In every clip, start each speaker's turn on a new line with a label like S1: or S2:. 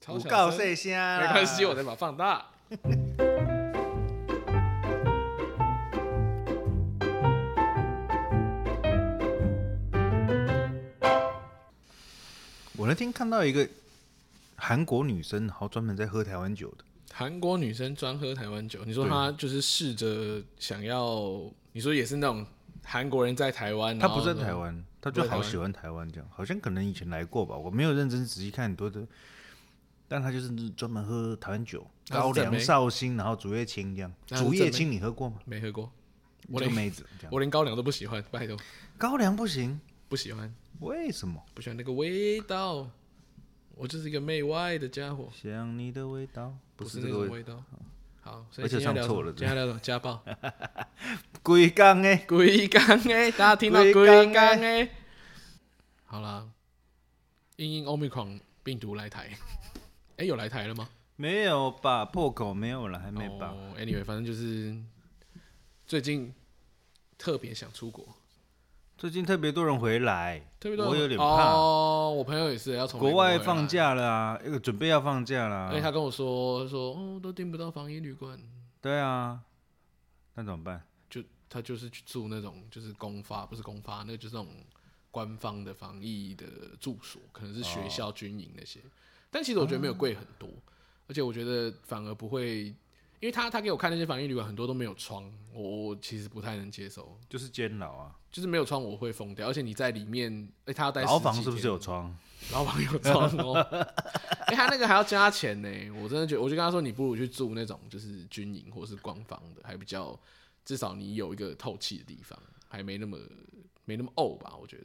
S1: 超
S2: 我
S1: 小
S2: 告啊
S1: 声
S2: 诉一下，
S1: 没关系，我再把它放大。
S2: 我那天看到一个韩国女生，然后专门在喝台湾酒的，
S1: 韩国女生专喝台湾酒，你说她就是试着想要，你说也是那种韩国人在台湾，
S2: 她不是
S1: 然
S2: 在
S1: 后
S2: 台湾，她就好喜欢台湾这样，好像可能以前来过吧，我没有认真仔细看很多的，但她就是专门喝台湾酒，
S1: 她是
S2: 高
S1: 正
S2: 粱、
S1: 妹
S2: 绍兴，然后竹叶青这样。
S1: 她是正
S2: 竹叶青你喝过吗？
S1: 没喝过，啊我
S2: 这
S1: 连
S2: 个妹子这样，
S1: 我连高粱都不喜欢，拜托，
S2: 高粱不行，
S1: 不喜欢，
S2: 为什么？
S1: 不喜欢那个味道，我就是一个媚外的家伙，
S2: 想你的味道，不
S1: 不是
S2: 是这
S1: 那
S2: 个
S1: 种
S2: 味，
S1: 味道。好，所
S2: 而
S1: 以今
S2: 且
S1: 天要
S2: 唱
S1: 聊什
S2: 错
S1: 么
S2: 了
S1: 今天要聊什么家暴，
S2: 鬼刚哎，
S1: 龟缸哎，大家听到
S2: 龟
S1: 龟
S2: 缸
S1: 缸哎，好啦，因因 Omicron 病毒来台， 哎，有来台了吗？
S2: 没有吧？破口没有了，还没吧？
S1: 哦、anyway，反正就是最近特别想出国，
S2: 最近特别多人回来，
S1: 特别多人
S2: 我有点怕。
S1: 哦，我朋友也是要从美
S2: 国外
S1: 回来
S2: 放，假了啊，呃准备要放假了
S1: 因
S2: 啊、
S1: 为他跟我说说，哦，都订不到防疫旅馆，
S2: 对啊，那怎么办？
S1: 就他就是去住那种就是公发，不是公发，那个就是那种官方的防疫的住所，可能是学校、军营那些。但其实我觉得没有贵很多，而且我觉得反而不会，因为他他给我看那些防疫旅馆很多都没有窗，我我其实不太能接受。
S2: 就是监牢啊，
S1: 就是没有窗我会疯掉，而且你在里面，哎、他要待
S2: 牢
S1: 10
S2: 房
S1: 几
S2: 是不是
S1: 天
S2: 有？窗？
S1: 牢房有窗哦， 哎、他那个还要加钱呢，我真的觉得，我就跟他说，你不如去住那种就是军营或是官方的，还比较，至少你有一个透气的地方，还没那么没那么呕吧，我觉得。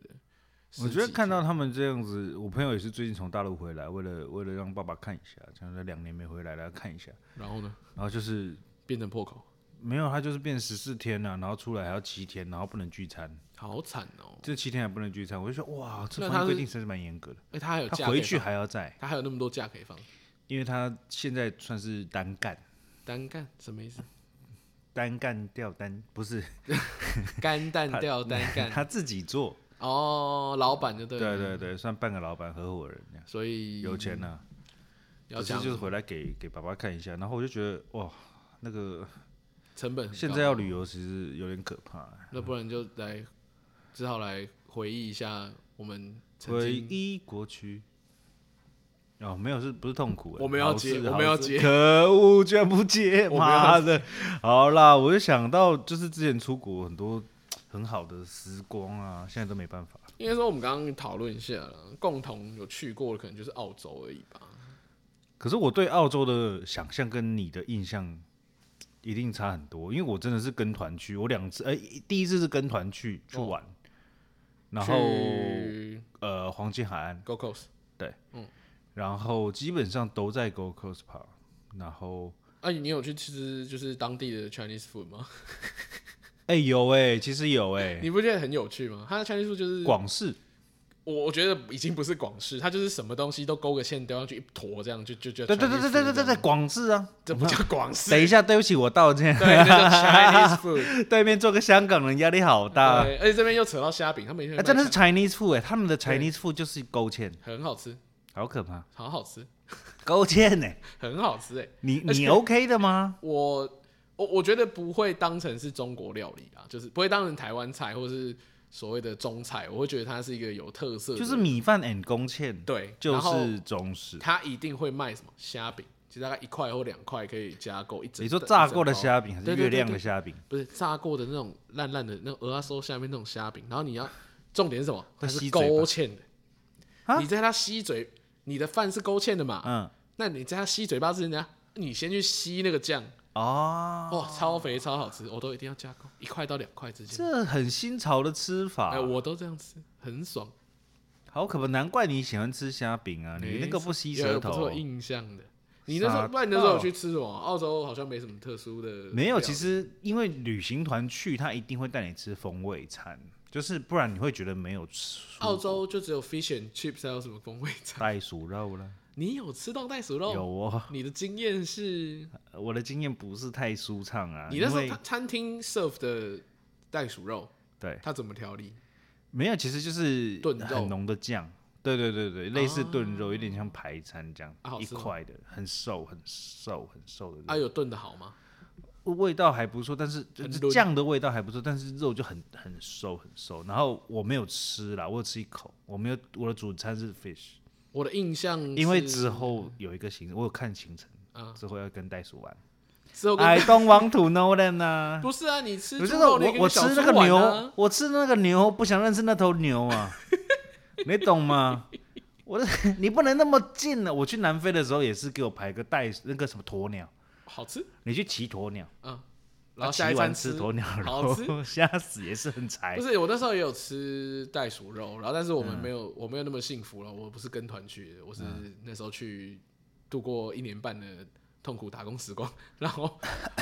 S2: 我觉得看到
S1: 10几天
S2: 他们这样子，我朋友也是最近从大陆回来，为了为了让爸爸看一下，这样他两年没回来了，看一下。
S1: 然后呢，
S2: 然后就是
S1: 变成破口，
S2: 没有，他就是变十四天了、然后出来还要七天，然后不能聚餐，
S1: 好惨哦、
S2: 这七天还不能聚餐。我就说哇，这
S1: 那
S2: 防
S1: 他
S2: 疫
S1: 是
S2: 规定真是蛮严格的。
S1: 哎、他还有假
S2: 他
S1: 可以
S2: 回去
S1: 放，
S2: 还要在，
S1: 他还有那么多假可以放，
S2: 因为他现在算是单干，
S1: 单干什么意思？
S2: 单干掉单不是
S1: 干 蛋掉单干
S2: 他自己做，
S1: 哦，老板就对了，
S2: 对对对，算半个老板合伙人这样，
S1: 所以
S2: 有钱呐、啊。
S1: 嗯要
S2: 只是
S1: 讲
S2: 就是回来给给爸爸看一下，然后我就觉得哇，那个
S1: 成本很高啊
S2: 现在要旅游其实有点可怕、啊
S1: 那不然就来，只好来回忆一下我们曾
S2: 回
S1: 经。
S2: 忆过去。哦，没有，是不是痛苦、欸？
S1: 我们要接
S2: 好事
S1: 我们要
S2: 好事
S1: 接
S2: 可恶，居然不接，
S1: 我们要
S2: 妈的！好啦，我就想到，就是之前出国很多很好的时光啊，现在都没办法。
S1: 应该说我们刚刚讨论一下了，共同有去过的可能就是澳洲而已吧。
S2: 可是我对澳洲的想象跟你的印象一定差很多，因为我真的是跟团去，我两次，呃，第一次是跟团去去玩，然后
S1: 哦去
S2: 呃黄金海岸，
S1: Go Coast
S2: 然后基本上都在 Gold Coast Park，然后
S1: 啊，你有去吃就是当地的 Chinese food 吗？
S2: 哎、有哎、其实有哎、
S1: 你不觉得很有趣吗？它的 Chinese food 就是
S2: 广式
S1: 我我觉得已经不是广式，它就是什么东西都勾个线丢上去一坨这样就就就
S2: 对对对对对对对对，，广式啊！
S1: 这不叫广式，
S2: 等一
S1: 对，
S2: 下，对不起，我道歉。
S1: 那叫 Chinese food。
S2: 对面坐个香港人，压力好大。
S1: 对，而且这边又扯到虾饼，他们也
S2: 啊真的是
S1: 卖
S2: Chinese food 哎、他们的
S1: 对
S2: Chinese food 就是勾芡，
S1: 很好吃，
S2: 好可怕，
S1: 好好吃，
S2: 勾芡哎、
S1: 很好吃哎、
S2: 你
S1: 而
S2: 你
S1: 且
S2: OK 的吗？
S1: 我我我觉得不会当成是中国料理啦，就是不会当成台湾菜或是所谓的中菜，我会觉得它是一个有特色的，
S2: 就是米饭 and 工芡，
S1: 对，
S2: 就
S1: 然后
S2: 是中式。
S1: 它一定会卖什么虾饼，就大概一块或两块可以加购一整。
S2: 你说炸过的
S1: 一整包，
S2: 虾饼还是
S1: 对对
S2: 月
S1: 对
S2: 亮的
S1: 对
S2: 虾饼？
S1: 不是炸过的那种烂烂的那种鹅啊收下面那种虾饼，然后你要重点是什么？
S2: 它
S1: 它
S2: 吸
S1: 是勾
S2: 嘴巴
S1: 芡的，
S2: 啊
S1: 你在它吸嘴，你的饭是勾芡的嘛？
S2: 嗯，
S1: 那你在它吸嘴巴之前呢，你先去吸那个酱，
S2: 哦，
S1: 哇、超肥超好吃，我都一定要加购一块到两块之间。
S2: 这很新潮的吃法
S1: 哎，，我都这样吃，很爽。
S2: 好可怕！难怪你喜欢吃虾饼啊，你那个不吸
S1: 哎有
S2: 舌
S1: 有不
S2: 头哦
S1: 错。印象的。你那时
S2: 傻
S1: 候，不然你那时候有
S2: 爆
S1: 去吃什么？澳洲好像没什么特殊的料理。
S2: 没有，其实因为旅行团去，他一定会带你吃风味餐，就是不然你会觉得没有吃
S1: 澳洲就只有 fish and chips，还有什么风味餐？
S2: 袋鼠 肉了。
S1: 你有吃到袋鼠肉？
S2: 有哦，
S1: 你的经验是，
S2: 我的经验不是太舒畅啊，
S1: 你那
S2: 因
S1: 时候
S2: 为
S1: 他餐厅 serve 的袋鼠肉，
S2: 对
S1: 它怎么调理？
S2: 没有，其实就是
S1: 炖肉啊
S2: 很浓的酱，对对对对，类似炖肉，有点像排餐这样，
S1: 啊好
S2: 一
S1: 吃吗
S2: 块的，很瘦很瘦很瘦的
S1: 啊，
S2: 肉，
S1: 有炖的好吗？
S2: 味道还不错，但是就
S1: 很
S2: 是
S1: 嫩
S2: 酱的味道还不错，但是肉就很很瘦很瘦。然后我没有吃啦，我有吃一口，我没有我的主餐是 fish，
S1: 我的印象嗯是啊
S2: 因为之后有一个行，我有看行程，之后要跟袋鼠玩。
S1: 之后跟
S2: I don't want to know them 啊。
S1: 不是啊，你吃
S2: 不是
S1: 猪
S2: 我
S1: 肉你也
S2: 我
S1: 可以
S2: 我吃
S1: 小
S2: 那
S1: 猪
S2: 个
S1: 丸
S2: 牛
S1: 啊，
S2: 我吃那个牛，不想认识那头牛啊，你懂吗？我的 你不能那么近了、啊我去南非的时候也是给我排个袋那个什么鸵鸟，
S1: 好吃，
S2: 你去骑鸵鸟，啊
S1: 嗯，然后
S2: 骑
S1: 下一
S2: 完
S1: 餐
S2: 吃鸵鸟
S1: 好吃。
S2: 肉， 吓死也是很柴
S1: 不。是，我那时候也有吃袋鼠肉，然后但是我们没有，我没有那么幸福了。我不是跟团去的，我是那时候去度过一年半的痛苦打工时光，然后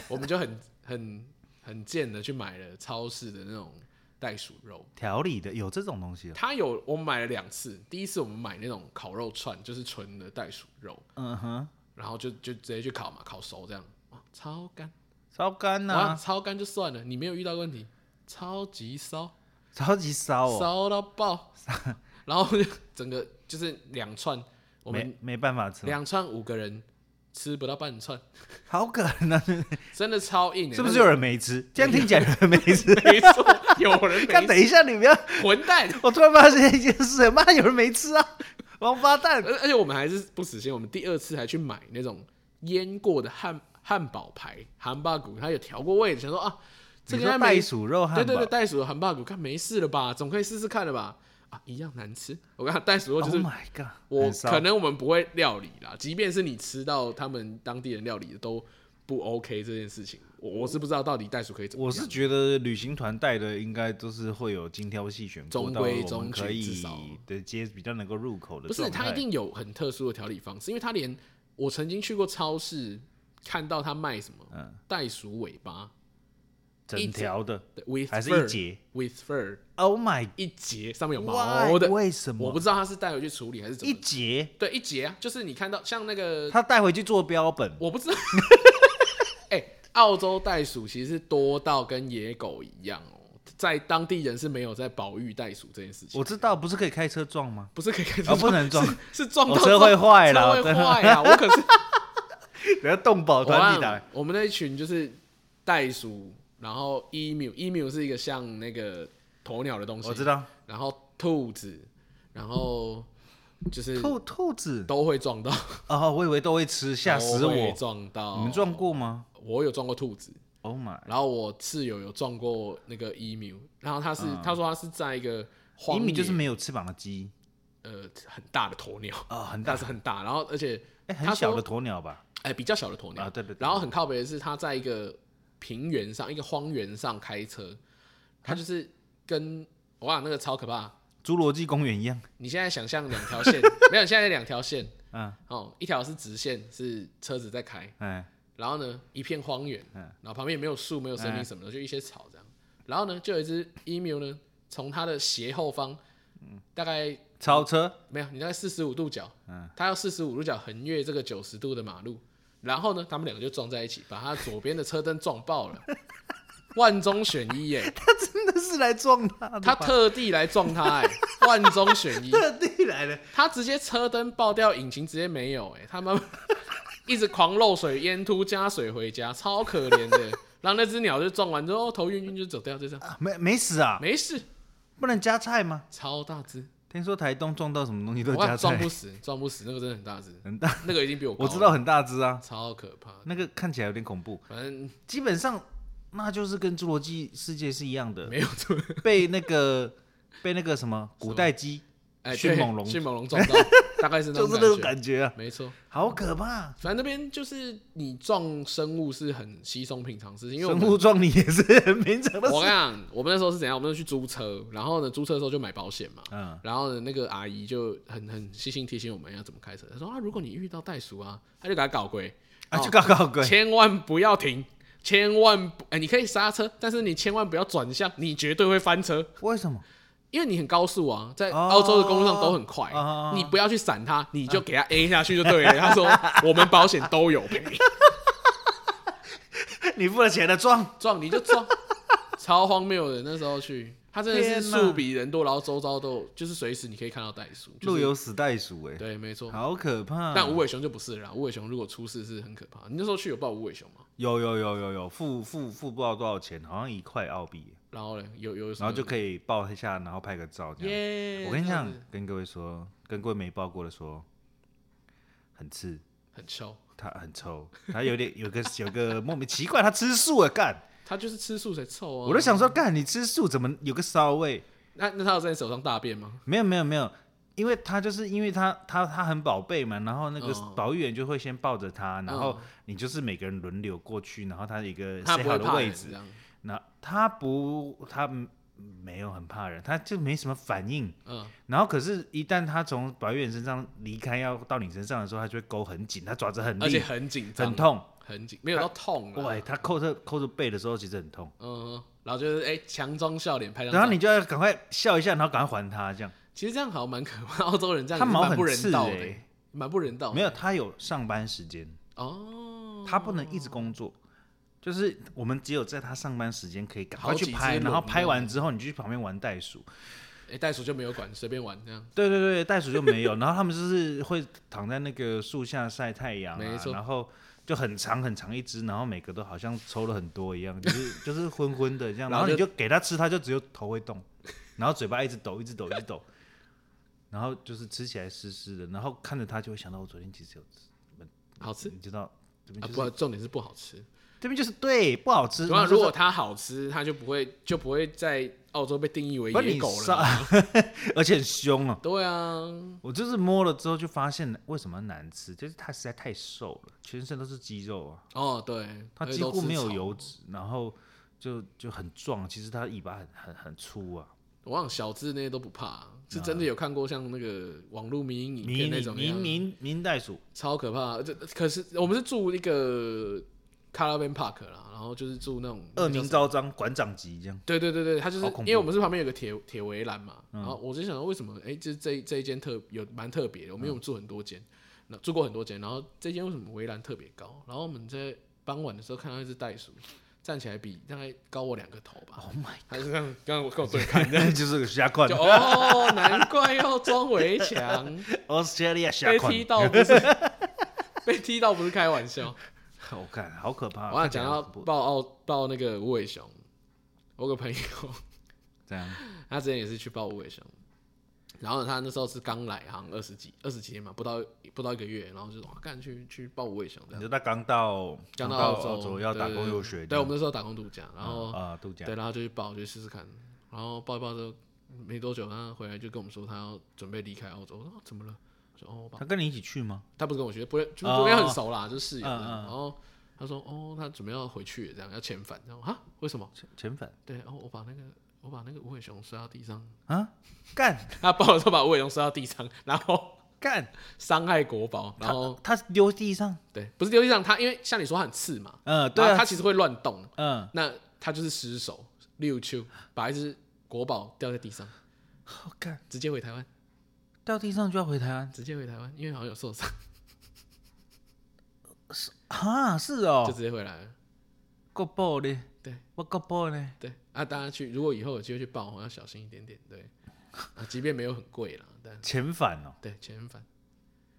S1: 我们就很很很贱的去买了超市的那种袋鼠肉。
S2: 调理的有这种东西、哦，
S1: 它有我买了两次，第一次我们买那种烤肉串，就是纯的袋鼠肉，
S2: 嗯哼，
S1: 然后就就直接去烤嘛，烤熟这样，哇，超干，
S2: 超干呐、
S1: 哇，超干就算了，你没有遇到问题，超级骚，
S2: 超级骚哦，
S1: 骚到爆， 然后就整个就是两串，我们
S2: 没没办法吃，
S1: 两串五个人吃不到半串，
S2: 好可能、啊，
S1: 真的超硬、欸，
S2: 是不是
S1: 那
S2: 有人没吃？这样听起来有人没吃。
S1: 个？没错，有人
S2: 看，
S1: 没
S2: 等一下，你不要
S1: 混蛋，
S2: 我突然发现一件事，妈有人没吃啊， 王八蛋！
S1: 而而且我们还是不死心，我们第二次还去买那种腌过的汉汉堡排汉堡骨，它有调过味，想说啊，这个
S2: 你
S1: 应该
S2: 说
S1: 没
S2: 袋鼠肉汉堡，
S1: 对对对，袋鼠的汉堡骨，看没事了吧，总可以试试看了吧？啊，一样难吃。我跟你讲袋鼠肉就是
S2: o h，Oh my god！
S1: 我
S2: 很骚
S1: 可能我们不会料理啦，即便是你吃到他们当地人料理的都不 OK 这件事情，我我是不知道到底袋鼠可以怎么
S2: 我
S1: 样。
S2: 是觉得旅行团带的应该都是会有精挑细选过，
S1: 中
S2: 到我
S1: 规
S2: 们
S1: 中矩
S2: 可
S1: 至
S2: 以
S1: 少
S2: 的接比较能够入口的
S1: 不是
S2: 状态
S1: 它一定有很特殊的调理方式，因为它连我曾经去过超市看到他卖什么、
S2: 嗯
S1: 袋鼠尾巴一
S2: 整
S1: 整
S2: 条的
S1: 对，with
S2: 还是一
S1: fur，
S2: 节
S1: with fur
S2: ，Oh my
S1: 一节上面有毛
S2: god！
S1: 的，
S2: 为什
S1: 我
S2: 么
S1: 不知道它是带回去处理还是怎
S2: 一
S1: 么。
S2: 节
S1: 对，一节啊，就是你看到像那个
S2: 他带回去做标本？
S1: 我不知道。 哎、澳洲袋鼠其实是多到跟野狗一样哦，在当地人是没有在保育袋鼠这件事情。
S2: 我知道，不是可以开车 撞吗？
S1: 不是可以看
S2: 啊，不能撞，
S1: 是撞到
S2: 我车会坏了
S1: 车会坏啊！我可 是
S2: 等下动保
S1: 我
S2: 团体
S1: 让
S2: 打来。
S1: 我们那一群就是袋鼠，然后 emu，emu 是一个像那个鸵鸟的东西，
S2: 我知。道，
S1: 然后兔子，然后就是
S2: 兔兔子
S1: 都会撞到，
S2: 哦，我以为都会吃，吓死
S1: 都
S2: 我！
S1: 会撞到
S2: 你们撞？过吗
S1: 我有撞过兔子。
S2: ？Oh my！
S1: 然后我室友有撞过那个 emu，然后他是、他说他是在一个
S2: 一
S1: 荒
S2: 米嗯就是
S1: 野
S2: 没有翅膀的鸡
S1: 呃很大的鸵鸟，
S2: 啊、 很大
S1: 但，是很大，然后而且他
S2: 哎、很
S1: 说
S2: 小的鸵鸟吧？
S1: 哎、比较小的鸵鸟
S2: 啊，对对对。
S1: 然后很靠北的是他在一个平原上一个荒原上开车，
S2: 啊
S1: 他就是跟哇那个超可怕，
S2: 侏罗纪公园一样，
S1: 你现在想象两条 线没有，现在两条线
S2: 嗯，
S1: 哦，一条是直线是车子在开，
S2: 哎，
S1: 然后呢，一片荒原，
S2: 嗯
S1: 然后旁边也没有树，没有森林什么的，就一些草这样。然后呢，就有一只 emu 呢，从它的斜后方，
S2: 嗯
S1: 大概
S2: 超车，
S1: 没有，你大概四十五度角，
S2: 嗯
S1: 它要四十五度角横越这个九十度的马路，然后呢，他们两个就撞在一起，把它左边的车灯撞爆了， 万中选一耶，
S2: 他真的是来撞 他的
S1: 他
S2: 吧，
S1: 特地来撞它 哎，万中选一，
S2: 特地来的，
S1: 他直接车灯爆掉，引擎直接没有、哎，他们 一直狂漏水、淹突、加水回家，超可怜的。 然后那只鸟就撞完之后哦头晕晕就走掉，就这样，
S2: 啊没没死啊？
S1: 没事，
S2: 不能加菜吗？
S1: 超大只，
S2: 听说台东撞到什么东西都
S1: 我
S2: 加
S1: 看
S2: 菜
S1: 撞，不死，撞不死，那个真的很大只，
S2: 很大，
S1: 那个已经比我高
S2: 我
S1: 了
S2: 知道，很大只啊，
S1: 超可怕。
S2: 那个看起来有点恐怖。
S1: 反正
S2: 基本上，那就是跟侏罗纪世界是一样的，
S1: 没有这么，
S2: 被那个被那个什么古代鸡，
S1: 哎，
S2: 迅
S1: 对
S2: 猛龙
S1: 迅猛龙撞到，大概是那
S2: 就
S1: 种
S2: 是那种
S1: 感觉，
S2: 感觉啊，
S1: 没错。
S2: 好可怕。啊
S1: 反正那边就是你撞生物是很稀松平常的事情，因为我
S2: 生
S1: 们
S2: 物撞你也是 很平常的
S1: 我跟
S2: 事，
S1: 你讲，我们那时候是怎样？我们那时候去租车，然后呢，租车的时候就买保险嘛。
S2: 嗯
S1: 然后呢，那个阿姨就很很细心提醒我们要怎么开车。她说啊，如果你遇到袋鼠啊，她就给它搞龟，
S2: 啊，就搞搞鬼。
S1: 千万不要停，千万不，哎、你可以刹车，但是你千万不要转向，你绝对会翻车，
S2: 为什么？
S1: 因为你很高速啊，在
S2: 哦
S1: 澳洲的公路上都很快，
S2: 哦
S1: 你不要去闪它，你
S2: 嗯
S1: 就给它 A 下去就对了。她说我们保险都有赔，
S2: 你付了钱的撞，
S1: 撞你就撞，超荒谬的。那时候去，它真的是
S2: 天哪
S1: 树比人多，然后周遭都有就是随时你可以看到袋鼠，就
S2: 路
S1: 是
S2: 有死袋鼠哎、
S1: 对，没错。
S2: 好可怕！
S1: 但无尾熊就不是了啦，无尾熊如果出事是很可怕。你那时候去有抱无尾熊吗？
S2: 有有有有有付付付不知道多少钱，好像一块澳币，
S1: 然后嘞，有有什么？
S2: 然后就可以抱一下，然后拍个照这样。
S1: 耶！
S2: 我跟你
S1: 这样
S2: 讲
S1: 子，
S2: 跟各位说，跟各位没抱过的说，很刺，
S1: 很臭，
S2: 它很臭，它有点有个有个莫名奇怪，它吃素啊 干！
S1: 它就是吃素才臭啊。
S2: 我都想说干你吃素怎么有个骚味？
S1: 那那它有在你手上大便吗？
S2: 没有没有没有，因为它就是因为它它它很宝贝嘛，然后那个
S1: 嗯
S2: 保育员就会先抱着它，然后
S1: 嗯
S2: 你就是每个人轮流过去，然后它有一个
S1: 它
S2: 塞
S1: 不
S2: 好
S1: 会
S2: 的
S1: 怕
S2: 位
S1: 人
S2: 置
S1: 这，样。
S2: 那他不，他嗯没有很怕人，他就没什么反应。
S1: 嗯，
S2: 然后可是，一旦他从白月身上离开，要到你身上的时候，他就会勾很紧，他爪子很
S1: 而且
S2: 利，
S1: 很紧张，
S2: 很，痛。
S1: 很紧，没有到痛啦。
S2: 喂，他扣着扣着背的时候，其实很痛。
S1: 嗯，然后就是哎，强装笑脸拍张照。
S2: 啊然后你就要赶快笑一下，然后赶快还他这样。
S1: 其实这样好像蛮可怕， 澳洲人这样
S2: 他
S1: 也是
S2: 毛
S1: 蛮
S2: 很
S1: 不人
S2: 刺
S1: 道
S2: 哎、
S1: 的，哦蛮不人道的。
S2: 没有，他有上班时间，
S1: 哦，
S2: 他不能一直工作。就是我们只有在他上班时间可以赶快
S1: 好几
S2: 去拍，
S1: 只
S2: 然后
S1: 轮
S2: 拍
S1: 的
S2: 完之后你就去旁边玩袋鼠。
S1: 哎，袋鼠就没有管，随便玩这样。
S2: 对对对，袋鼠就没有，然后他们就是会躺在那个树下晒太阳、啊，
S1: 没错
S2: 然后就很长很长一只，然后每个都好像抽了很多一样，就是就是昏昏的 这样，
S1: 然
S2: 然
S1: 后
S2: 后
S1: 就
S2: 你就给它吃，它就只有头会动，然后嘴巴一直抖，一直抖，一直抖，然后就是吃起来湿湿的，然后看着它就会想到我昨天其实有吃，
S1: 好吃
S2: 你知道这边
S1: 啊，
S2: 就
S1: 不，
S2: 是、
S1: 重点是不好吃。
S2: 这边就是对不好吃，
S1: 对啊，
S2: 然后就
S1: 如
S2: 是
S1: 果它好吃，它就不会就不会在澳洲被定义为
S2: 不然
S1: 野
S2: 你
S1: 狗
S2: 杀
S1: 了。
S2: 而且很凶哦、
S1: 对啊，
S2: 我就是摸了之后就发现为什么难吃，就是它实在太瘦了，全身都是肌肉啊。
S1: 哦对，
S2: 它
S1: 而且
S2: 几
S1: 都
S2: 乎
S1: 吃
S2: 没有
S1: 草。
S2: 油脂，然后就就很壮。其实它尾巴很很很粗啊，
S1: 我想小智那些都不怕，是真的有看过像那个网络迷因影
S2: 迷
S1: 片
S2: 你
S1: 那种一
S2: 迷
S1: 样，
S2: 你迷袋鼠，
S1: 超可怕。这可是我们是住一个 caravan park 啦，然后就是住那种那
S2: 恶
S1: 叫
S2: 名昭彰，馆长级 这样。
S1: 对对对对，他就是
S2: 好恐
S1: 因
S2: 怖嗯
S1: 为我们是旁边有个铁铁围栏嘛，然后我就想到为什么哎，这这这一间特有蛮特别
S2: 嗯
S1: 的，我们因为我们住很多间，那住过很多间，然后这间为什么围栏特别高？然后我们在傍晚的时候看到一只袋鼠站起来比大概高我两个头吧，
S2: Oh my，
S1: 它就这样刚刚我跟我 对看这样，
S2: 就是个虾款
S1: 就哦，难怪要装围 墙，
S2: ，Australia 虾
S1: 被
S2: 款。
S1: 踢到不是 被踢到不是开玩笑。
S2: 我看好可怕。
S1: 我想
S2: 看起来
S1: 讲
S2: 好
S1: 到
S2: 恐怖
S1: 抱澳抱那个无尾熊，我有个朋友。
S2: 这样，
S1: 他之前也是去抱无尾熊，然后他那时候是刚来，好像二十几、二十几天嘛，不到不到一个月，然后就说哇干去去抱无尾熊这样。
S2: 你说他刚到
S1: 刚
S2: 到
S1: 澳
S2: 澳洲要打工游学
S1: 对对对
S2: 这
S1: 对
S2: 样，
S1: 我们那时候打工度假，然后、
S2: 啊度假
S1: 对，然后就去抱，就试试看，然后抱一抱之后没多久，他回来就跟我们说他要准备离开澳洲，我说、啊怎么了？我说哦，我爸
S2: 他跟你一起去吗？
S1: 他不是跟我学，不会就是
S2: 哦
S1: 不会很熟啦，就是室友这样。
S2: 嗯嗯
S1: 然后他说哦，他准备要回去了这样，要遣返，然后哈为什么？
S2: 遣遣返
S1: 对，然、后我把那个我把那个无尾熊摔到地上，
S2: 啊，干
S1: 他抱的时候把无尾熊摔到地上，然后。
S2: 干，
S1: 伤害国宝，然后
S2: 他他丢地上，
S1: 对，不是丢地上，它因为像你说它很刺嘛，
S2: 嗯，对
S1: 然后
S2: 啊，
S1: 它其实会乱动，
S2: 嗯，
S1: 那它就是失手溜秋，把一只国宝掉在地上，
S2: 好干，
S1: 直接回台湾，
S2: 掉地上就要回台湾
S1: 直接回台湾，因为好像有受伤，
S2: 啊？是哦，
S1: 就直接回来了。
S2: 够爆嘞！
S1: 对，
S2: 我够爆嘞！
S1: 对啊，大家去如果以后有机会去报，要小心一点点，对啊，即便没有很贵啦，但
S2: 遣返哦，
S1: 对遣返，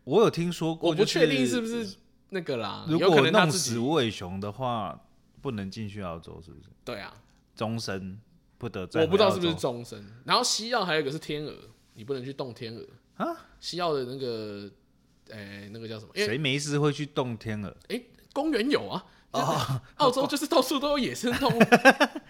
S2: 我有听说过，
S1: 我不确定
S2: 就是
S1: 不是那个啦，
S2: 如
S1: 有可
S2: 果
S1: 能他
S2: 弄
S1: 自己
S2: 死无尾熊的话，不能进去澳洲，是不是？
S1: 对啊，
S2: 终身不得再
S1: 我
S2: 回澳洲。
S1: 不知道是不是终身。然后西药还有一个是天鹅，你不能去动天鹅啊。西药的那个，哎、那个叫什么？因为
S2: 谁没事会去动天鹅？
S1: 哎、公园有啊。 哦，澳洲就是到处都有野生动物。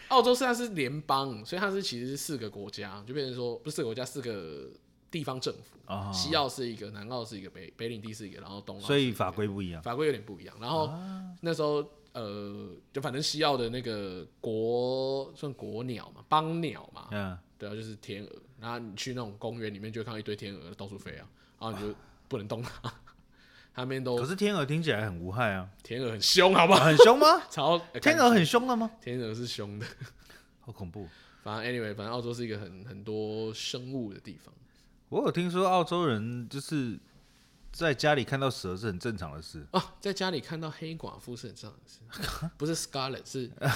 S1: 澳洲虽然是联邦，所以它是其实是四个国家，就变成说不是四个国家，四个地方政府。
S2: 哦
S1: 西澳是一个，南澳是一个，北北领地是一个，然后东澳是一个。
S2: 所以啊法规不一样。
S1: 法规有点不一样。然后、那时候呃，就反正西澳的那个国算国鸟嘛，邦鸟嘛，
S2: 嗯，
S1: 对啊，就是天鹅。然后你去那种公园里面，就会看到一堆天鹅到处飞啊，然后你就不能动它。 他们都
S2: 可是天鹅听起来很无害啊，
S1: 天鹅很凶，好不好？
S2: 很 凶吗？
S1: 超哎
S2: 天鹅很凶的吗？
S1: 天鹅是凶的。
S2: 好恐怖！
S1: 反正 anyway，反正澳洲是一个很很多生物的地方。
S2: 我有听说澳洲人就是在家里看到蛇是很正常的事，
S1: 啊，在家里看到黑寡妇是很正常的 事，不是 Scarlet 是黑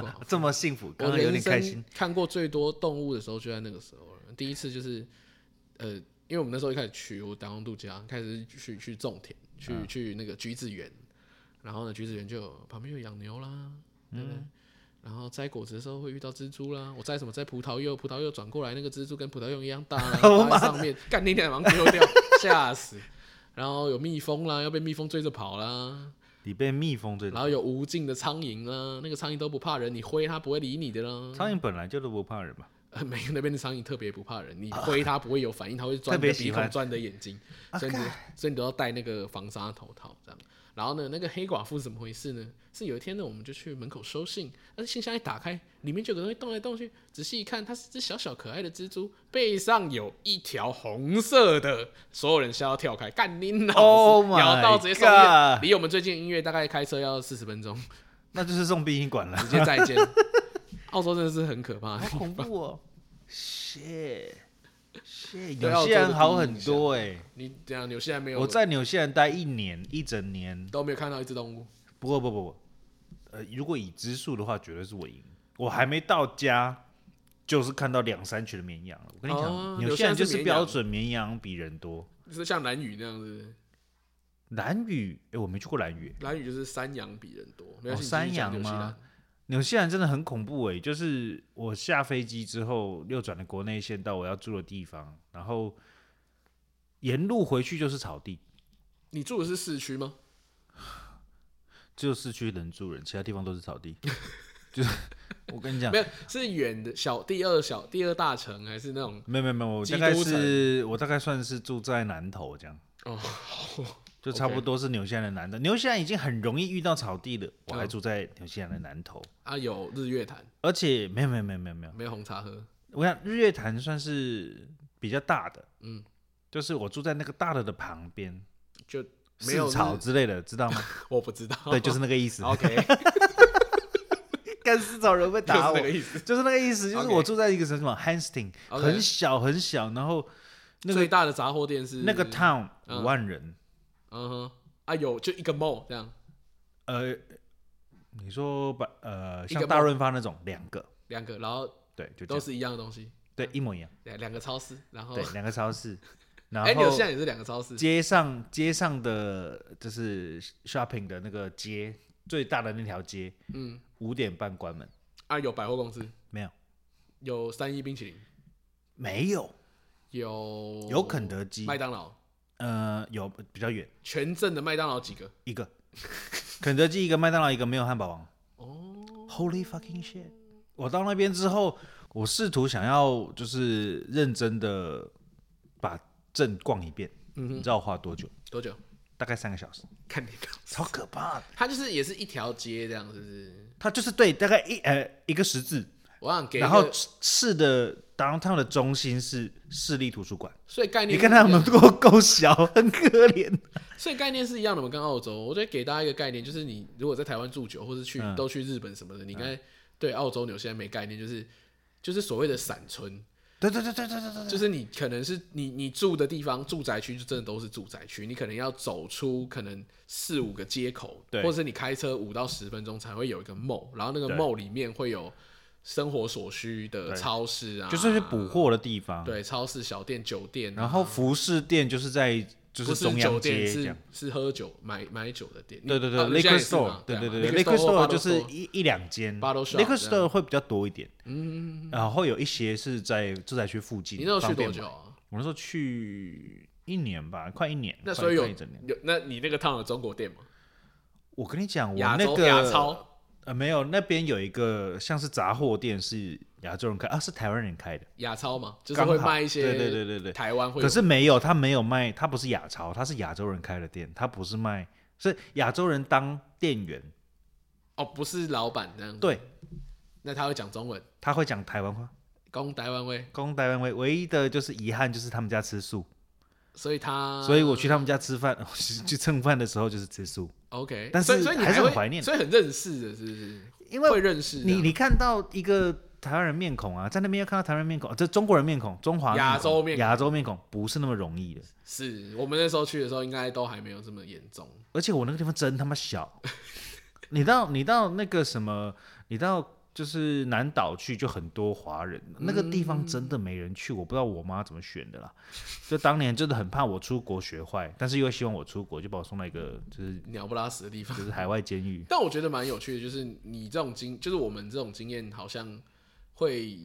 S1: 寡妇。
S2: 这么幸福，刚
S1: 我
S2: 刚有
S1: 人
S2: 点开
S1: 生
S2: 心。
S1: 看过最多动物的时候就在那个时候了。第一次就是，呃，因为我们那时候一开始去，我打工度假，开始去去种田，去、
S2: 啊
S1: 去那个橘子园，然后呢，橘子园就有旁边有养牛啦，
S2: 嗯
S1: 对不对？然后摘果子的时候会遇到蜘蛛啦，我摘什么摘葡萄柚，葡萄柚转过来那个蜘蛛跟葡萄柚一样大 啦，趴在上面，干你俩忙丢掉，吓死！然后有蜜蜂啦，要被蜜蜂追着跑啦，
S2: 你被蜜蜂追
S1: 然后有无尽的苍蝇啦，那个苍蝇都不怕人，你挥它不会理你的啦。
S2: 苍蝇本来就都不怕人嘛，
S1: 呃， 美国那边的苍蝇特别不怕人，你挥它不会有反应，它会钻
S2: 特
S1: 你
S2: 别
S1: 的
S2: 喜
S1: 鼻
S2: 欢啊
S1: 孔、钻你的眼睛，所以你 所以你都要戴那个防沙头套这样。然后呢，那个黑寡妇是怎么回事呢？是有一天呢，我们就去门口收信，但是信箱一打开，里面就有个东西动来动去，仔细一看，它是只小小可爱的蜘蛛，背上有一条红色的，所有人吓到跳开，干你老
S2: Oh my
S1: 咬到直接送医院
S2: God
S1: 离我们最近的音乐大概开车要四十分钟，
S2: 那就是送殡仪 馆了，
S1: 直接再 见。澳洲真的是很可怕，
S2: 好恐怖哦！shit shit，
S1: 对
S2: 纽
S1: 澳
S2: 西
S1: 洲的
S2: 兰
S1: 第一
S2: 好很
S1: 印象
S2: 多哎、
S1: 你这样纽西兰没有
S2: 我在纽西兰待一年一整年，
S1: 都没有看到一只动物。
S2: 不过不不不，呃，如果以只数的话，绝对是我赢。我还没到家，就是看到两三群的绵羊了。我跟你
S1: 哦
S2: 讲，纽、
S1: 纽
S2: 西
S1: 西
S2: 兰
S1: 兰
S2: 就是是
S1: 绵羊
S2: 标准绵羊比人多。
S1: 就是像蓝屿那样子，
S2: 蓝屿，哎、我没去过蓝屿、
S1: 蓝屿就是山羊比人多，没
S2: 哦
S1: 有、
S2: 山羊
S1: 纽西
S2: 吗
S1: 兰
S2: 纽西兰真的很恐怖哎、就是我下飞机之后，又转了国内线到我要住的地方，然后沿路回去就是草地，
S1: 你住的是市区吗？
S2: 只有市区能住人，其他地方都是草地。 就是我跟你讲
S1: 没，有，是远的小第二小第二大城，还是那种
S2: 没有没有没有，我
S1: 基
S2: 大概
S1: 督城
S2: 是我大概算是住在南头这样，
S1: 哦，
S2: 就差不
S1: OK
S2: 多是纽西兰的南头。纽西兰已经很容易遇到草地了，我还
S1: 嗯
S2: 住在纽西兰的南头，
S1: 啊有日月潭，
S2: 而且没有没有没有没有没有，
S1: 没有红茶喝，
S2: 我想日月潭算是比较大的，
S1: 嗯，
S2: 就是我住在那个大的的旁边，
S1: 就没有
S2: 市草
S1: 日，
S2: 之类的，知道 吗？
S1: 我不知道。
S2: 对，就是那个意思。
S1: OK，
S2: 干市草人会
S1: 就是
S2: 打我
S1: 那，个意思。
S2: 就是那个意思，就是
S1: OK
S2: 我住在一个什么 Hansting，
S1: OK
S2: 很小很小，然后那
S1: 最
S2: 个
S1: 大的杂货店是
S2: 那个 town
S1: 嗯
S2: 五万人，
S1: 嗯哼，啊有就一个 mall 这样，
S2: 呃，你说把呃
S1: 一个
S2: 像大
S1: 梦
S2: 润发那种两个，
S1: 两个，然后
S2: 对，就这
S1: 都
S2: 样
S1: 是一样的东西，
S2: 对一模一样，
S1: 两两个超市，然后
S2: 对，两个超 市，然
S1: 哎，纽
S2: 后
S1: 西兰也是两个超市，
S2: 街上街上的就是 shopping 的那个街最大的那条街，
S1: 嗯，
S2: 五点半关门，
S1: 啊有百货公司，
S2: 没有
S1: 有三一冰淇淋，
S2: 没有
S1: 有
S2: 有肯德基，
S1: 麦当劳，
S2: 呃有比较远
S1: 全镇的麦当劳几个？
S2: 一个， 肯德基一个，麦当劳一个，没有汉堡王。
S1: 哦，
S2: Holy fucking shit！我到那边之后，我试图想要就是认真的把镇逛一遍，
S1: 嗯
S2: 你知道我花了多久？
S1: 多久？
S2: 大概三个小时，
S1: 看你的，
S2: 超可怕的。
S1: 它就是也是一条街这样，是不是？
S2: 它就是对，大概一呃一个十字，
S1: 我想给一个，
S2: 然后市的 downtown 的中心是市立图书馆。
S1: 所以概念是
S2: 你看他
S1: 一样
S2: 们够够小，很可怜。
S1: 所以概念是一样的嘛，跟澳洲，我觉得给大家一个概念，就是你如果在台湾住久，或是去、
S2: 嗯
S1: 都去日本什么的，你应该对澳洲、纽西兰没概念，就是就是所谓的散村，
S2: 对对对对对对对对，
S1: 就是你可能是你你住的地方住宅区就真的都是住宅区，你可能要走出可能四五个街口，
S2: 对
S1: 或者是你开车五到十分钟才会有一个 mall，然后那个
S2: 对
S1: mall 里面会有生活所需
S2: 对
S1: 的超市啊，
S2: 就是去补货的地方。，
S1: 对超市、小店、酒店啊、
S2: 然后服饰店就是在就
S1: 不
S2: 中央
S1: 酒
S2: 街
S1: 店，
S2: 这样
S1: 是。是喝酒买买酒的店，你
S2: 对对对
S1: 啊你现在
S2: ，liquor
S1: 也是
S2: store，
S1: 嘛
S2: 对对
S1: 对
S2: 对
S1: 嘛
S2: liquor store
S1: 或
S2: 就是
S1: 或 bottle store 啊
S2: 一一两间
S1: Bottle shop
S2: liquor
S1: 啊这
S2: store 会比较多一点，嗯，然后有一些是在住宅区附近。
S1: 你那时候
S2: 方
S1: 去
S2: 便
S1: 多久
S2: 买？
S1: 啊？
S2: 我那时候去一年吧，快一年，
S1: 那
S2: 快
S1: 所以有
S2: 快一整年。
S1: 有，那你那个趟有中国店吗？
S2: 我跟你讲，我
S1: 亚
S2: 那
S1: 洲亚
S2: 个
S1: 超
S2: 呃没有，那边有一个像是杂货店，是亚洲人开啊，是台湾人开的，
S1: 亚超嘛，就是
S2: 刚好
S1: 会卖一些
S2: 对对对对对。
S1: 台湾会有
S2: 可是没有，他没有卖，他不是亚超，他是亚洲人开的店，他不是卖，是亚洲人当店员，
S1: 哦，不是老板这样，
S2: 对，
S1: 那他会讲中文，
S2: 他会讲台湾话。
S1: 攻台湾味，
S2: 公台湾唯唯一的就是遗憾就是他们家吃素，
S1: 所以他
S2: 所以我去他们家吃饭， 去蹭饭的时候就是吃素，
S1: OK，
S2: 但是
S1: 所以所以你
S2: 还是很
S1: 会
S2: 怀念
S1: 所以很认识的，是不是？
S2: 因为
S1: 会认识这
S2: 你
S1: 样
S2: 你看到一个台湾人面孔啊，在那边要看到台湾面孔，这中国人面孔、中华面孔
S1: 亚洲面孔
S2: 亚洲面孔不是那么容易的。
S1: 是我们那时候去的时候，应该都还没有这么严重。
S2: 而且我那个地方真他妈小， 你到你到那个什么，你到就是南岛去就很多华人，那个地方真的没人去，我不知道我妈怎么选的啦。就当年真的很怕我出国学坏，但是又希望我出国，就把我送到一个就是
S1: 鸟不拉屎的地方
S2: 就。是海外监狱。
S1: 但我觉得蛮有趣的，就是你这种经，就是我们这种经验，好像会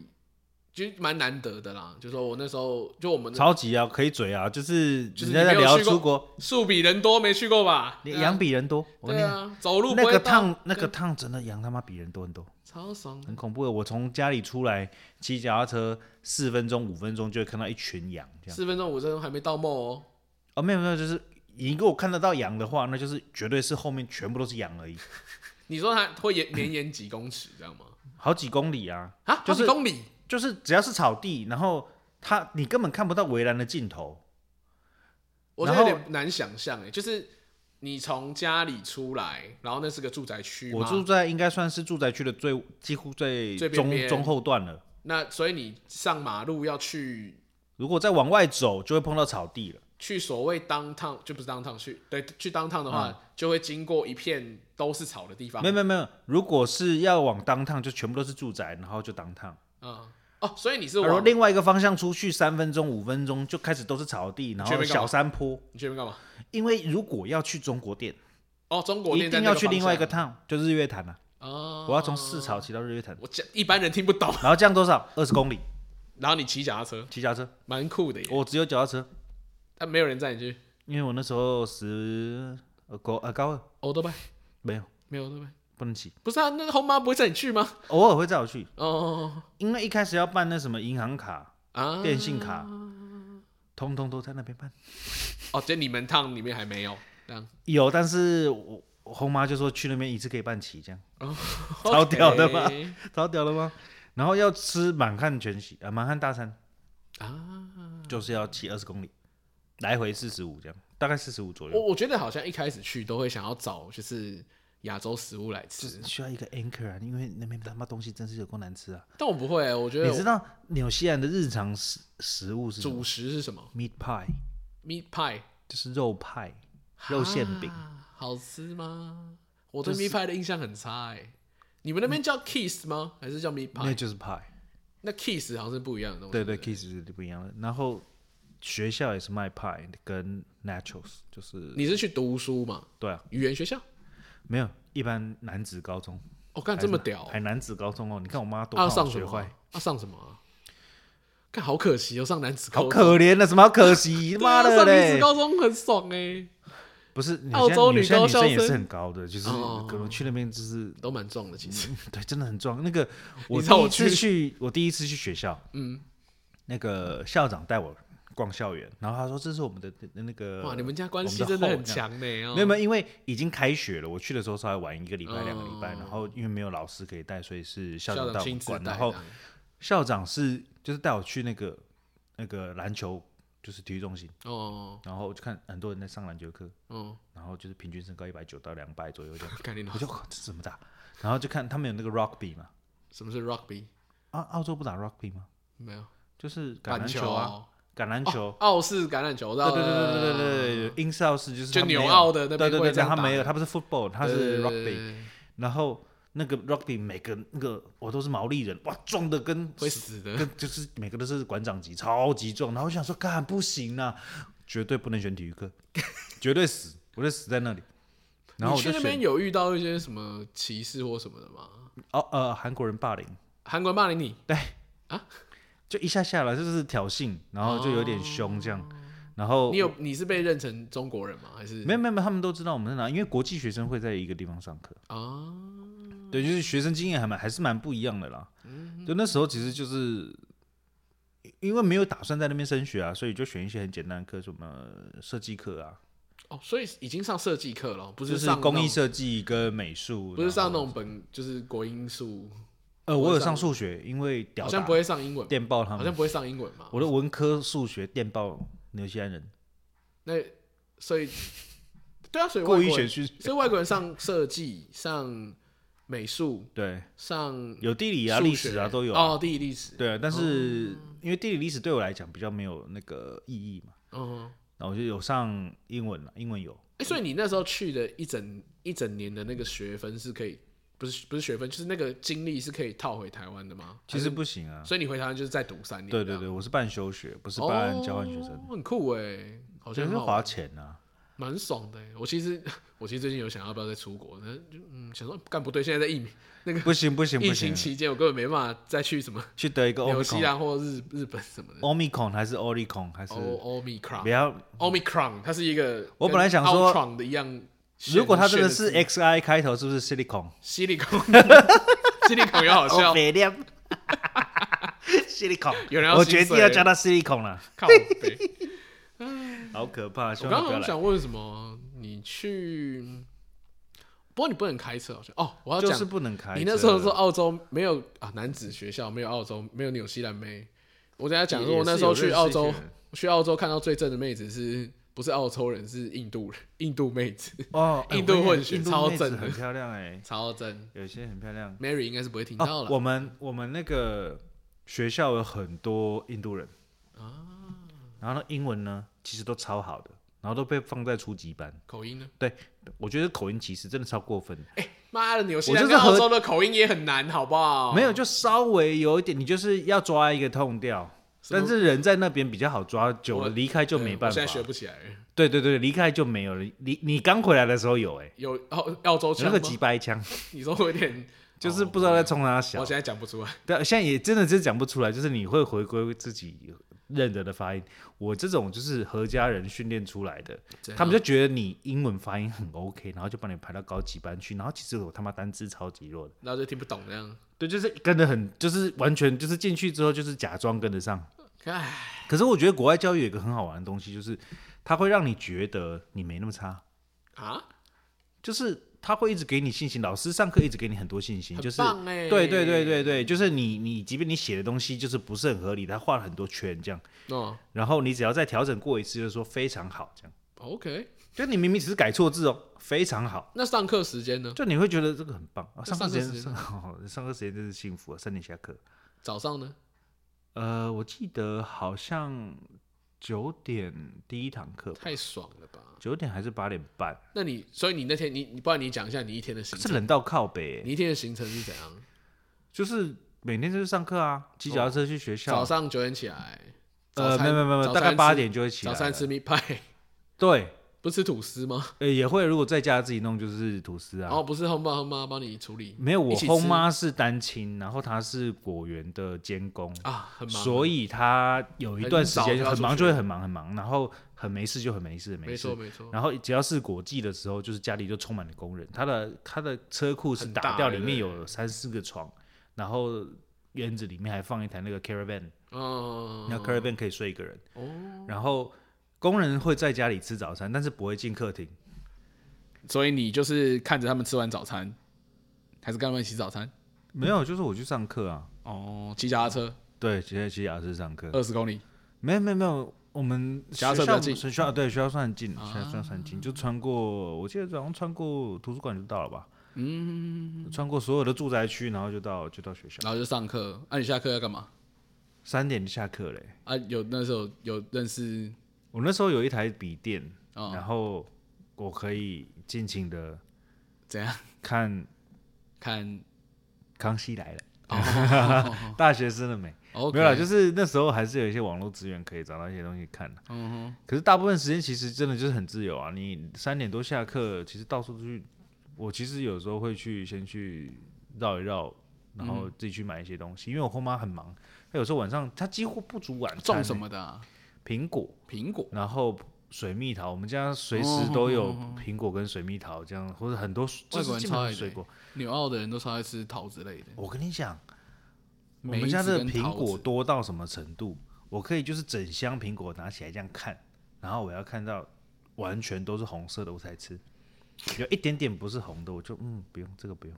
S1: 就蛮难得的啦。就说我那时候，就我们
S2: 超级啊，可以嘴啊，就是
S1: 就是
S2: 人
S1: 你
S2: 家在
S1: 没有
S2: 聊
S1: 去过
S2: 出国，
S1: 树比人多，没去过吧？
S2: 你羊比人多，我跟你
S1: 对
S2: 讲。
S1: 啊，走路
S2: 那
S1: 不会
S2: 个
S1: 到
S2: 趟那个趟真的羊他妈比人多很多，
S1: 超爽的，
S2: 很恐怖的。我从家里出来骑脚踏车四分钟五分钟就会看到一群羊这样。
S1: 四分钟五分钟还没到梦哦。
S2: 哦，没有没有，就是你如果看得到羊的话，那就是绝对是后面全部都是羊而已，
S1: 你说它会延绵延几公尺，这样吗？
S2: 好几公里啊，
S1: 啊，好
S2: 就是
S1: 几公里，
S2: 就是只要是草地，然后它你根本看不到围栏的尽头。
S1: 我觉
S2: 然
S1: 得有
S2: 后
S1: 点难想象哎，就是你从家里出来，然后那是个住宅区
S2: 我
S1: 嘛，
S2: 住在应该算是住宅区的最几乎最
S1: 最边
S2: 中
S1: 边
S2: 中后段了。
S1: 那所以你上马路要去
S2: 如果再往外走，就会碰到草地了。
S1: 去所谓当趟，就不是当趟去，对，去当趟的话，就会经过一片都是草的地方。
S2: 嗯没有没有没有，如果是要往当趟，就全部都是住宅，然后就当趟。
S1: 嗯，哦，所以你是
S2: 然后
S1: 往
S2: 另外一个方向出去三分钟、五分钟就开始都是草地，然
S1: 全
S2: 后
S1: 面干嘛
S2: 小山坡。
S1: 你去那边干嘛？
S2: 因为如果要去中国店，
S1: 哦，中国
S2: 一
S1: 店在
S2: 定
S1: 那
S2: 要去
S1: 方
S2: 另外一个
S1: 向
S2: 趟，就日月潭啊。
S1: 哦，
S2: 我要从四朝骑到日月潭，
S1: 我讲一般人听不懂，
S2: 然后这样多少？二十公里，
S1: 然后你骑脚踏车，
S2: 骑脚踏车。
S1: 蛮酷的耶，
S2: 我只有脚踏车，
S1: 但没有人载你去
S2: 因为我那时候十呃高呃高二
S1: 欧多拜，
S2: 没有
S1: 没有欧多拜，
S2: 不能骑，
S1: 不是啊，那后妈不会载你去吗？
S2: 偶尔会载我去，
S1: 哦
S2: 因为一开始要办那什么银行卡、
S1: 啊，
S2: 电信卡，通通都在那边办。
S1: 哦，就你们趟里面还没有这样，
S2: 有，但是我我后妈就说去那边一次可以办齐，这样超屌的吧
S1: OK
S2: 超屌了吗？然后要吃满汉全席啊，呃满汉大餐
S1: 啊？
S2: 就是要骑二十公里，来回四十五这样，大概四十五左
S1: 我
S2: 右，
S1: 我觉得好像一开始去都会想要找就是亚洲食物来
S2: 就
S1: 吃
S2: 是，需要一个 anchor 啊，因为那边他妈东西真是有够难吃啊。
S1: 但我不会、我觉得
S2: 你
S1: 我
S2: 知道纽西兰的日常食食物是什么
S1: 主食是什么
S2: meat pie，
S1: ？meat pie，
S2: 就是肉派、肉馅饼。
S1: 啊好吃吗？我对 meat pie 的印象很差哎、你们那边叫 kiss 吗？还是叫 meat
S2: 嗯那
S1: pie？
S2: 就是 pie，
S1: 那 kiss 好像是不一样的东西。
S2: 对对，kiss 是不一样的。然后学校也是卖 pie 跟 nachos，就是
S1: 你是去读书嘛？
S2: 对啊，
S1: 语言学校？
S2: 没有一般男子高中，
S1: 我、哦、干这么屌、
S2: 还男子高中哦，你看我妈多
S1: 啊，
S2: 怕我
S1: 上什
S2: 学
S1: 么
S2: 坏
S1: 啊？，啊，上什么啊？看，好可惜哦，上男子
S2: 好
S1: 高中，
S2: 可怜的，什么好可惜，
S1: 对啊
S2: 妈的
S1: 上女子
S2: 嘞！
S1: 高中很爽哎、
S2: 不是，你
S1: 澳洲
S2: 现在
S1: 女
S2: 现在
S1: 高
S2: 女生
S1: 校
S2: 也
S1: 生
S2: 是很高的，就是
S1: 哦
S2: 可能去那边就是
S1: 都蛮重的其实。
S2: 对，真的很壮。那个我
S1: 知道
S2: 第
S1: 我
S2: 一次
S1: 去
S2: 去，我第一次去学校，
S1: 嗯，
S2: 那个校长带我逛校园，然后他说这是我们的那个
S1: 哇，你们家关
S2: 嗯我
S1: 系
S2: 后
S1: 真的很
S2: 这样
S1: 强呢、哦
S2: 没有没有，因为已经开学了，我去的时候稍微晚一个礼拜、两个礼拜，
S1: 哦
S2: 然后因为没有老师可以带，所以是校
S1: 校
S2: 长带我
S1: 亲
S2: 们
S1: 自
S2: 逛。
S1: 带
S2: 然
S1: 这
S2: 后
S1: 样，
S2: 校长是就是带我去那个那个篮球，就是体育中心，
S1: 哦
S2: 然后我就看很多人在上篮球课，
S1: 哦，
S2: 然后就是平均身高一百九到两百左右这样，
S1: 看你老
S2: 我就哇这怎么打？然后就看他们有那个 rugby 嘛，
S1: 什么是 rugby？
S2: 啊，澳洲不打 rugby 吗？
S1: 没有
S2: 就是橄榄
S1: 球
S2: 球啊，，橄榄球。
S1: 澳式橄榄球，我知
S2: 对
S1: 道
S2: 对对对对对对，英式澳式就是
S1: 就
S2: 他们
S1: 纽
S2: 没有
S1: 澳的那
S2: 对
S1: 边
S2: 对
S1: 会
S2: 对，
S1: 这样
S2: 他
S1: 打
S2: 没有，
S1: 的
S2: 他不是 football，他
S1: 对
S2: 是
S1: 对对
S2: rugby。
S1: 对对
S2: 然后那个 rugby 每个那个我都是毛利人，哇，壮的跟
S1: 会死的。
S2: 跟就是每个都是馆长级，超级壮。然后我想说，干不行啊，绝对不能选体育课，绝对死，我就死在那里。然后
S1: 你
S2: 我
S1: 去
S2: 就
S1: 那边
S2: 选
S1: 有遇到一些什么歧视或什么的吗？
S2: 哦呃韩国人霸凌，
S1: 韩国人霸凌你，
S2: 就一下下来就是挑衅，然后就有点凶这样。然后
S1: 你有你是被认成中国人吗？还是
S2: 没有没有没有，他们都知道我们在哪，因为国际学生会在一个地方上课。
S1: 啊？
S2: 对，就是学生经验还蛮还是蛮不一样的啦。
S1: 嗯
S2: 就那时候其实就是因为没有打算在那边升学啊，所以就选一些很简单的课，什么设计课啊，
S1: 哦，所以已经上设计课了，不
S2: 就是是
S1: 上
S2: 工艺哦
S1: 那种，
S2: 设计跟美术，
S1: 不是
S2: 然
S1: 上
S2: 后
S1: 那种本就是国英数，
S2: 呃，我
S1: 不
S2: 有
S1: 是
S2: 上
S1: 上
S2: 数学，因为屌
S1: 好像
S2: 打
S1: 不会上英文，
S2: 电报他
S1: 好像
S2: 们，
S1: 不会上英文嘛。
S2: 啊我的文科数学电报纽西兰人，
S1: 那所以，对啊，所以外
S2: 故
S1: 国
S2: 意
S1: 人
S2: 选去
S1: 所以外国人上设计、上美术
S2: 对，
S1: 上
S2: 有地理啊、
S1: 数
S2: 历
S1: 学
S2: 史啊都有啊。
S1: 哦，地理历史，
S2: 对啊，但
S1: 哦
S2: 是因为地理历史对我来讲比较没有那个意义嘛，
S1: 嗯，
S2: 然后我就有上英文了，英文有。
S1: 哎、所以你那时候去的一整一整年的那个学分是可以，不是不是学分，就是那个经历是可以套回台湾的吗？
S2: 其实不行啊
S1: 还是，，所以啊你回台湾就是再读三年，
S2: 对对，对，我是办休学，不是办交换学生，
S1: 哦、很酷哎、好像
S2: 我觉得
S1: 很好
S2: 花钱啊。
S1: 蛮爽的欸、我其实 我其实最近有想要不要再出国，但就嗯想说干不对，现在在疫民
S2: 不行不行
S1: 疫
S2: 不
S1: 情
S2: 行，
S1: 期间，我根本没办法再去什么
S2: 去得一个
S1: 纽西
S2: omicron
S1: 兰或日日本什么的。
S2: omicron 还是 omicron 还是
S1: 哦
S2: 不
S1: ，omicron，omicron，
S2: 要。
S1: 它是一个
S2: 我本来想说
S1: 闯的一样。
S2: 如果它真的
S1: 炫
S2: 是哎 xi 开头，是不是 silicon？
S1: 犀利孔， 犀利孔也好 笑，
S2: 美 亮，silicon。
S1: 有人要
S2: 我
S1: 心碎
S2: 决定要叫它 silicon 了，
S1: 靠北。
S2: 好可怕！希
S1: 我
S2: 望
S1: 刚
S2: 你不要
S1: 刚
S2: 来。
S1: 想问什么？啊你去，不过你不能开车，好像哦。我要
S2: 就
S1: 讲
S2: 是，不能开车。
S1: 你那时候说澳洲没有啊，男子学校没有澳洲，没有纽西兰妹。我等一下讲说，我那时候去澳洲，去澳洲看到最正的妹子是不是澳洲人？是印度人，印度妹子，
S2: 哦，哎
S1: 印度
S2: 我跟你
S1: 混血
S2: 印度
S1: 超
S2: 妹子
S1: 正的
S2: 很漂亮哎，
S1: 超正。
S2: 有些很漂亮。
S1: Mary 应该是不会听到
S2: 哦，
S1: 了。
S2: 我们我们那个学校有很多印度人
S1: 啊
S2: 然后呢，英文呢其实都超好的，然后都被放在初级班。
S1: 口音呢？
S2: 我觉得口音歧视真的超过分的，
S1: 妈的，纽西
S2: 我
S1: 兰
S2: 就是
S1: 跟澳
S2: 和
S1: 洲的口音也很难，好不好？
S2: 没有就稍微有一点，你就是要抓一个痛调。
S1: 什么
S2: 但是人在那边比较好抓，久
S1: 我
S2: 了离开就没办
S1: 我
S2: 法
S1: 现在。学不起来了。
S2: 对对对，离开就没有了。你你刚回来的时候有哎、
S1: 有澳澳洲
S2: 有那
S1: 腔吗？
S2: 个几掰腔，
S1: 你说我有点， 哦
S2: 就是不知道在冲他
S1: 我
S2: 小。
S1: 现在讲不出来。
S2: 对，现在也真的是讲不出来，就是你会回归自己认得的发音。我这种就是合家人训练出来的，他们
S1: 哦
S2: 就觉得你英文发音很 OK，然后就把你排到高级班去，然后其实我他妈单字超级弱的，
S1: 然后就听不懂这样。
S2: 对，就是跟得很，就是完全就是进去之后就是假装跟得上。
S1: 哎，
S2: 可是我觉得国外教育有一个很好玩的东西，就是它会让你觉得你没那么差，
S1: 啊，
S2: 就是他会一直给你信心，老师上课一直给你很多信心，就是
S1: 很棒欸
S2: 对对对对对，就是你你即便你写的东西就是不是很合理，他画了很多圈这样，
S1: 哦
S2: 然后你只要再调整过一次，就是说非常好这样。
S1: ，OK。
S2: 就你明明只是改错字哦，非常好，
S1: 那上课时间呢？
S2: 就你会觉得这个很棒啊！
S1: 那
S2: 上课时间
S1: 上
S2: 上、哦、上课时间真是幸福啊！三点下课，
S1: 早上呢？
S2: 呃，我记得好像九点第一堂课吧，
S1: 太爽了吧？
S2: 九点还是八点半，
S1: 那你，所以你那天，你你，不然你讲一下你一天的
S2: 可
S1: 行
S2: 是
S1: 程。
S2: 冷到靠北欸、
S1: 你一天的行程是怎样？
S2: 就是每天就是上课啊，骑脚踏车去学校
S1: 哦早，上九点起来，
S2: 呃，
S1: 早餐
S2: 没有没有没有，
S1: 早
S2: 大
S1: 餐
S2: 概八
S1: 吃
S2: 点就会起来
S1: 早
S2: 了。
S1: 餐吃 meat pie，
S2: 对，
S1: 不吃吐司吗？
S2: 呃，也会如果在家自己弄就是吐司啊。
S1: 然后不是后妈后妈帮你处理
S2: 没有，
S1: 哦一
S2: 我
S1: 起
S2: 后
S1: 吃
S2: 妈是单亲，然后她是果园的监工，
S1: 啊，很忙。
S2: 所以她有一
S1: 很
S2: 段时
S1: 早
S2: 间
S1: 就要
S2: 很
S1: 出
S2: 忙，
S1: 去
S2: 就会很忙很忙，然后很没事就很没事，
S1: 没
S2: 没
S1: 错
S2: 事。
S1: 没错，
S2: 然后只要是果季的时候，就是家里就充满了工人，她的她的车库是
S1: 很
S2: 打
S1: 大
S2: 掉，
S1: 对
S2: 里
S1: 不对
S2: 面有三四个床，然后院子里面还放一台那个 caravan，
S1: 嗯，
S2: 那 caravan 可以睡一个人。
S1: 哦，
S2: 然后工人会在家里吃早餐，但是不会进客厅。
S1: 所以你就是看着他们吃完早餐，还是跟他们一起早餐？
S2: 没有，就是我去上课啊。
S1: 哦，骑脚踏车
S2: 对，直接去雅思上课。
S1: 二十公里，
S2: 没有没有没有，我们
S1: 学校
S2: 学
S1: 比较
S2: 校
S1: 近啊
S2: 学校对学校算很近，学校算很近，就穿过，我记得好像穿过图书馆就到了吧。嗯，穿过所有的住宅区，然后就到就到学校。
S1: 然后就上课。那、你下课要干嘛？
S2: 三点就下课嘞。
S1: 啊，有那时候有认识
S2: 我那时候有一台笔电，
S1: 哦
S2: 然后我可以尽情的
S1: 怎样
S2: 看《
S1: 看？
S2: 康熙来了
S1: 哦》，
S2: 大学生了没？
S1: ，OK，
S2: 没有啦，就是那时候还是有一些网络资源可以找到一些东西看的。
S1: 嗯
S2: 可是大部分时间其实真的就是很自由啊，你三点多下课，其实到处去，我其实有时候会去先去绕一绕，然后
S1: 嗯
S2: 自己去买一些东西，因为我后妈很忙，她有时候晚上她几乎不煮晚
S1: 哼，
S2: 餐、
S1: 种什？么的啊、
S2: 苹果，
S1: 苹果
S2: 然后水蜜桃，我们家随
S1: 哦
S2: 时都有苹果跟水蜜桃这样，或者很多就
S1: 外国
S2: 是
S1: 人
S2: 基本
S1: 超
S2: 上
S1: 爱
S2: 是
S1: 的
S2: 水果。
S1: 纽澳的人都超爱吃桃子类的，
S2: 我跟你讲，我
S1: 梅
S2: 们家
S1: 子
S2: 的
S1: 跟
S2: 苹
S1: 桃
S2: 果
S1: 子
S2: 多到什么程度？我可以就是整箱苹果拿起来这样看，然后我要看到完全都是红色的我才吃，有一点点不是红的我就嗯不用这个不用，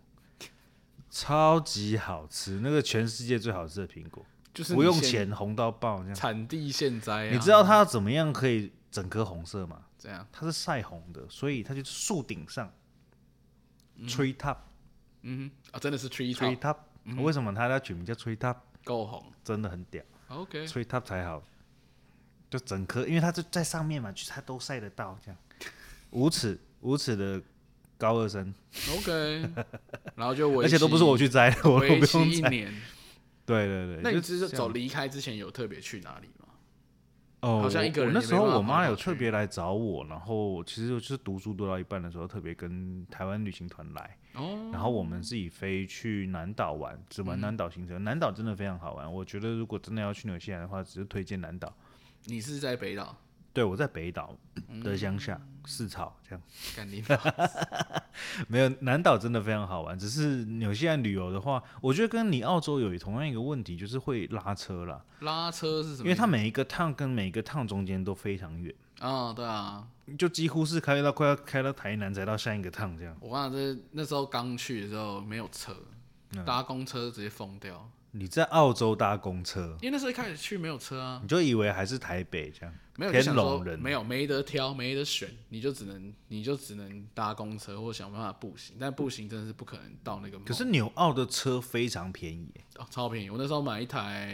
S2: 超级好吃，那个全世界最好吃的苹果，
S1: 就是
S2: 不用
S1: 你现，
S2: 钱红到爆这样。
S1: 产地现摘、啊。
S2: 你知道它怎么样可以整颗红色吗？
S1: 怎样？
S2: 它是晒红的，所以它就是树顶上 tree top，
S1: 嗯哼啊，真的是 Tree
S2: Tree
S1: 嗯 Top 嗯
S2: Top，、为什么他要取名叫 Tree Top？
S1: 够红
S2: 真的很屌
S1: ，OK，
S2: ，Tree Top 才好，就整颗，因为它就在上面嘛，就是它都晒得到这样。无耻无耻的高二生，
S1: OK，然后 就为
S2: 而且都不是我去摘的，我都
S1: 为
S2: 不
S1: 期
S2: 用
S1: 一
S2: 摘。
S1: 年。
S2: 对对对，
S1: 那你
S2: 就
S1: 只是
S2: 这样
S1: 走离开之前有特别去哪里吗？
S2: 哦，
S1: 好像
S2: 我
S1: 一个
S2: 我
S1: 人
S2: 那
S1: 也
S2: 时
S1: 没
S2: 候
S1: 办法
S2: 我妈
S1: 跑
S2: 有
S1: 去
S2: 特别来找我，然后其实就是读书读到一半的时候，特别跟台湾旅行团来，
S1: 哦，
S2: 然后我们自己飞去南岛玩，只
S1: 嗯
S2: 玩南岛行程。南岛真的非常好玩，我觉得如果真的要去纽西兰的话，只是推荐南岛。
S1: 你是在北岛，
S2: 对我在北岛的乡下
S1: 嗯
S2: 四草这样，
S1: 干你妈
S2: 没有南岛真的非常好玩。只是纽西兰旅游的话，我觉得跟你澳洲有同样一个问题，就是会拉车啦，
S1: 拉车是什么意思？
S2: 因为它每一个趟跟每一个趟中间都非常远。
S1: 啊，对啊，
S2: 就几乎是开到快要开到台南，才到下一个趟这样。
S1: 我忘了这那时候刚去的时候没有车，
S2: 嗯
S1: 搭公车直接疯掉，
S2: 你在澳洲搭公车，
S1: 因为那时候一开始去没有车啊，
S2: 你就以为还是台北这样，
S1: 没有就
S2: 天
S1: 想说
S2: 龙人
S1: 没有没得挑没得选，你就只能你就只能搭公车或想办法步行，但步行真的是不可能到那个 mall。
S2: 可是纽澳的车非常便宜耶，
S1: 哦，超便宜，我那时候买一台，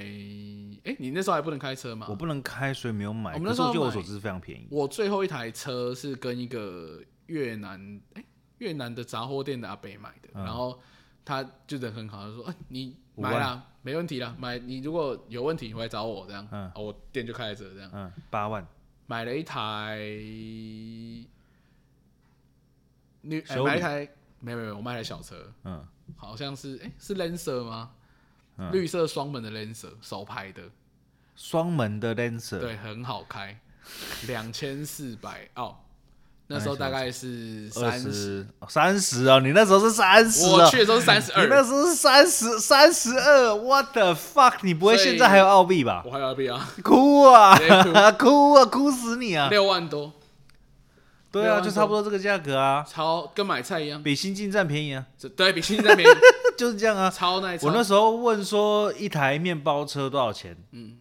S1: 哎、你那时候还不能开车嘛
S2: 我？不能开，所以没有买。
S1: 啊我们那
S2: 可
S1: 时
S2: 是
S1: 候
S2: 我据我
S1: 买
S2: 所知非常便宜。
S1: 我最后一台车是跟一个越南哎、越南的杂货店的阿北买的，然后他就人很好，他说：“哎、你
S2: 嗯五
S1: 买
S2: 万
S1: 啦，没问题啦，买你如果有问题你回来找我这样，嗯、哦，我店就开着这样。
S2: 嗯，八万
S1: 买了一台女，哎
S2: 修理
S1: 买了一台没有没有，我买了一台小车，
S2: 嗯，
S1: 好像是哎、是 Lancer 吗？绿色双门的 Lancer 手排的，
S2: 双门的 Lancer，
S1: 对，很好开，两千四百哦，那时候大概是
S2: 二
S1: 三十，
S2: 十三十哦，你那时候是三十
S1: 我
S2: 哦。
S1: 去的时候是三十
S2: 你那
S1: 二，
S2: 时候是三十三十二，What the fuck！你不会
S1: 所以
S2: 现在还有澳币吧？
S1: 我还有二 B 啊，
S2: 哭啊
S1: 直接，
S2: 哭啊，哭死你啊！
S1: 六万多，
S2: 对
S1: 六
S2: 啊，
S1: 万
S2: 就差不多这个价格啊，
S1: 超跟买菜一样，
S2: 比新进站便宜啊，
S1: 这对比现在便宜，
S2: 就是这样啊。
S1: 超耐
S2: 我
S1: 超
S2: 那时候问说一台面包车多少钱？嗯，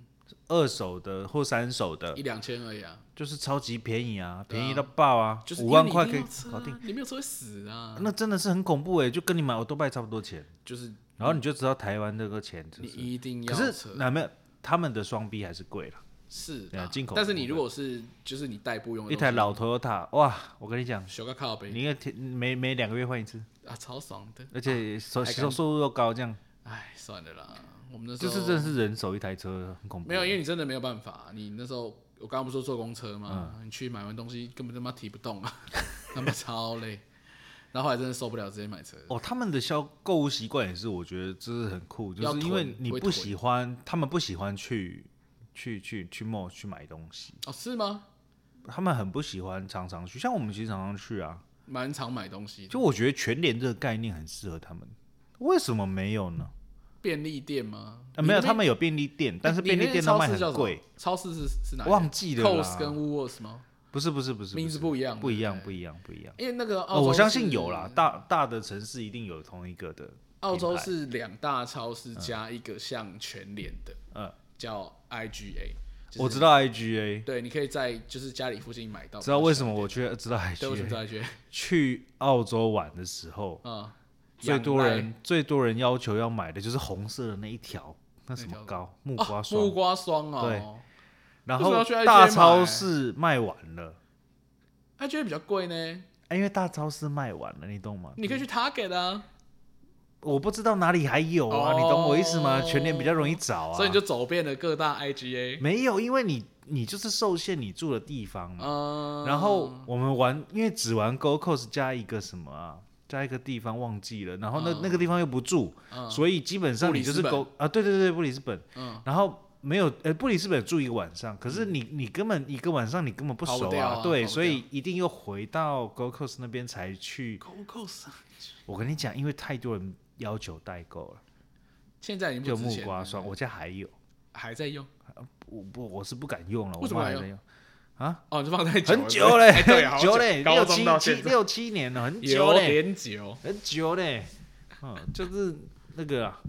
S2: 二手的或三手的，
S1: 一两千而已啊，就是
S2: 就是超级便宜啊，
S1: 对啊
S2: 便宜到爆啊，
S1: 就是
S2: 五
S1: 因为
S2: 万
S1: 你
S2: 块
S1: 没
S2: 可以
S1: 有车
S2: 搞
S1: 啊
S2: 定，
S1: 你没有车会死啊，
S2: 那真的是很恐怖哎、就跟你买欧多拜差不多钱，
S1: 就是
S2: 然后你就知道台湾这个钱就
S1: 你
S2: 是，
S1: 一定要
S2: 可是
S1: 车
S2: 那没有他们的双臂还是贵了，
S1: 是
S2: 对啊
S1: 啊
S2: 进口
S1: 但是
S2: 的
S1: 你
S2: 部
S1: 如果是就是你代步用的
S2: 一台老 Toyota，哇，我跟你讲，
S1: 修个靠背
S2: 你也天每每两个月换一次，
S1: 啊，超爽的，
S2: 而且手
S1: 还
S2: 手速度又高，这样
S1: 哎，算了啦，我们那时
S2: 就
S1: 候
S2: 是真的是人手一台车，很恐怖。
S1: 没有，因为你真的没有办法。你那时候我刚刚不是说坐公车吗？
S2: 嗯
S1: 你去买完东西根本他妈提不动啊， 他妈超累。然后后来真的受不了，直接买车。
S2: 哦，他们的消购物习惯也是，我觉得这是很酷，就
S1: 要
S2: 是因
S1: 囤
S2: 为你
S1: 会
S2: 不
S1: 囤
S2: 喜欢，他们不喜欢去去去去 mall 去买东西，
S1: 哦，是吗？
S2: 他们很不喜欢常常去，像我们其实常常去啊，
S1: 蛮常买东西的，
S2: 就我觉得全联这个概念很适合他们，为什么没有呢？
S1: 便利店吗？
S2: 啊，没
S1: 你那
S2: 有，
S1: 边
S2: 他们有便利店，但是
S1: 你
S2: 便利
S1: 那边
S2: 店都
S1: 超
S2: 卖
S1: 市叫
S2: 很
S1: 什么
S2: 贵，。
S1: 超市是是哪一个？
S2: 忘记了
S1: Coles 跟
S2: 啦，
S1: Woolworths 吗？
S2: 不是不是不是，
S1: 名字不一样，
S2: 不一样
S1: 对
S2: 不一样不一样。
S1: 对。因为那个澳
S2: 哦，
S1: 洲
S2: 我相信
S1: 是
S2: 有啦，大大的城市一定有同一个的，
S1: 澳洲
S2: 品牌
S1: 是两大超市加一个像全联的，
S2: 嗯，
S1: 叫 IGA，、就是、
S2: 我知道 IGA，
S1: 对，你可以在就是家里附近买到。
S2: 知道为什么我觉得知道
S1: 对，为什么哦
S2: IGA
S1: 知道 IGA？
S2: 去澳洲玩的时候，
S1: 啊、
S2: 最多
S1: 养赖
S2: 人最多人要求要买的就是红色的那一条，那什
S1: 那
S2: 么
S1: 条哦
S2: 膏木瓜霜，
S1: 木瓜霜哦。
S2: 然
S1: 为什么
S2: 后
S1: 要去 IGA
S2: 大超市卖完了，
S1: IGA 比较贵呢，
S2: 哎因为大超市卖完了，你懂吗？
S1: 你可以去 Target 啊，
S2: 我不知道哪里还有啊，你懂我意思吗？
S1: 哦
S2: 全年比较容易找啊，
S1: 所以你就走遍了各大 IGA。
S2: 没有，因为你你就是受限你住的地方嘛。
S1: 嗯，
S2: 然后我们玩，因为只玩 Go Coast 加一个什么啊，加一个地方忘记了，然后那、那个地方又不住，所以基本上你就
S1: 嗯
S2: 是
S1: 布里斯
S2: Go 啊，对对对，布里斯本，
S1: 嗯
S2: 然后。没有，呃，布里斯本住一个晚上，可是你你根本一个晚上你根本不
S1: 跑不
S2: 熟
S1: 掉啊
S2: 对，
S1: 跑不
S2: 所以一定又回到 Go Coast 那边才去。
S1: Go Go 上，
S2: 我跟你讲，因为太多人要求代购了，
S1: 现在已经
S2: 就
S1: 不值
S2: 木
S1: 钱
S2: 瓜
S1: 了，
S2: 霜，我家还有，
S1: 还在用
S2: 我不我是不敢用了，我
S1: 为什么
S2: 妈
S1: 还
S2: 还
S1: 用
S2: 在用，
S1: 哦，你就放太久了
S2: 很久嘞，
S1: 哎对啊，
S2: 很久嘞，
S1: 高
S2: 六
S1: 中
S2: 七
S1: 到
S2: 七
S1: 现在
S2: 六七年了，很久
S1: 有
S2: 嘞，哦
S1: 点久。
S2: 很久嘞，嗯，就是那个啊，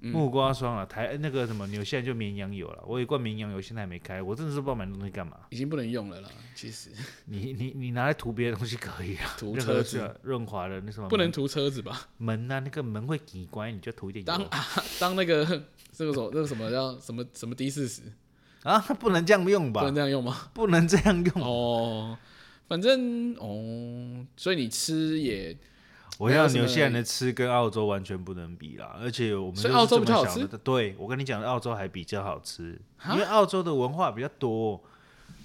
S2: 木瓜霜了，台那个什么纽西兰就绵羊油了，我有一罐绵羊油，现在还没开，我真的是不知道买那东西干嘛。
S1: 已经不能用了啦。其实
S2: 你你你拿来涂别的东西可以啊，
S3: 涂
S2: 任
S3: 车
S2: 何
S3: 子
S2: 是润滑的那什么
S1: 不能
S2: 门
S1: 涂车子吧？
S2: 门啊，那个门会挤关，你就涂一点
S1: 当
S2: 油
S1: 啊，当那个这个什么这个什么叫什么什么 D 四十，
S2: 啊，不能这样用
S1: 不
S2: 吧嗯
S1: 能？这样用吗？
S2: 不能这样用，啊
S1: 哦，反正哦，所以你吃也
S2: 我
S1: 没有
S2: 要
S1: 什
S2: 纽
S1: 么
S2: 西兰的吃跟澳洲完全不能比啦，而且我们
S1: 所以
S2: 就是
S1: 澳洲
S2: 这
S1: 比较
S2: 么
S1: 好
S2: 想
S1: 吃
S2: 的对，我跟你讲，澳洲还比较好吃，因为澳洲的文化比较多。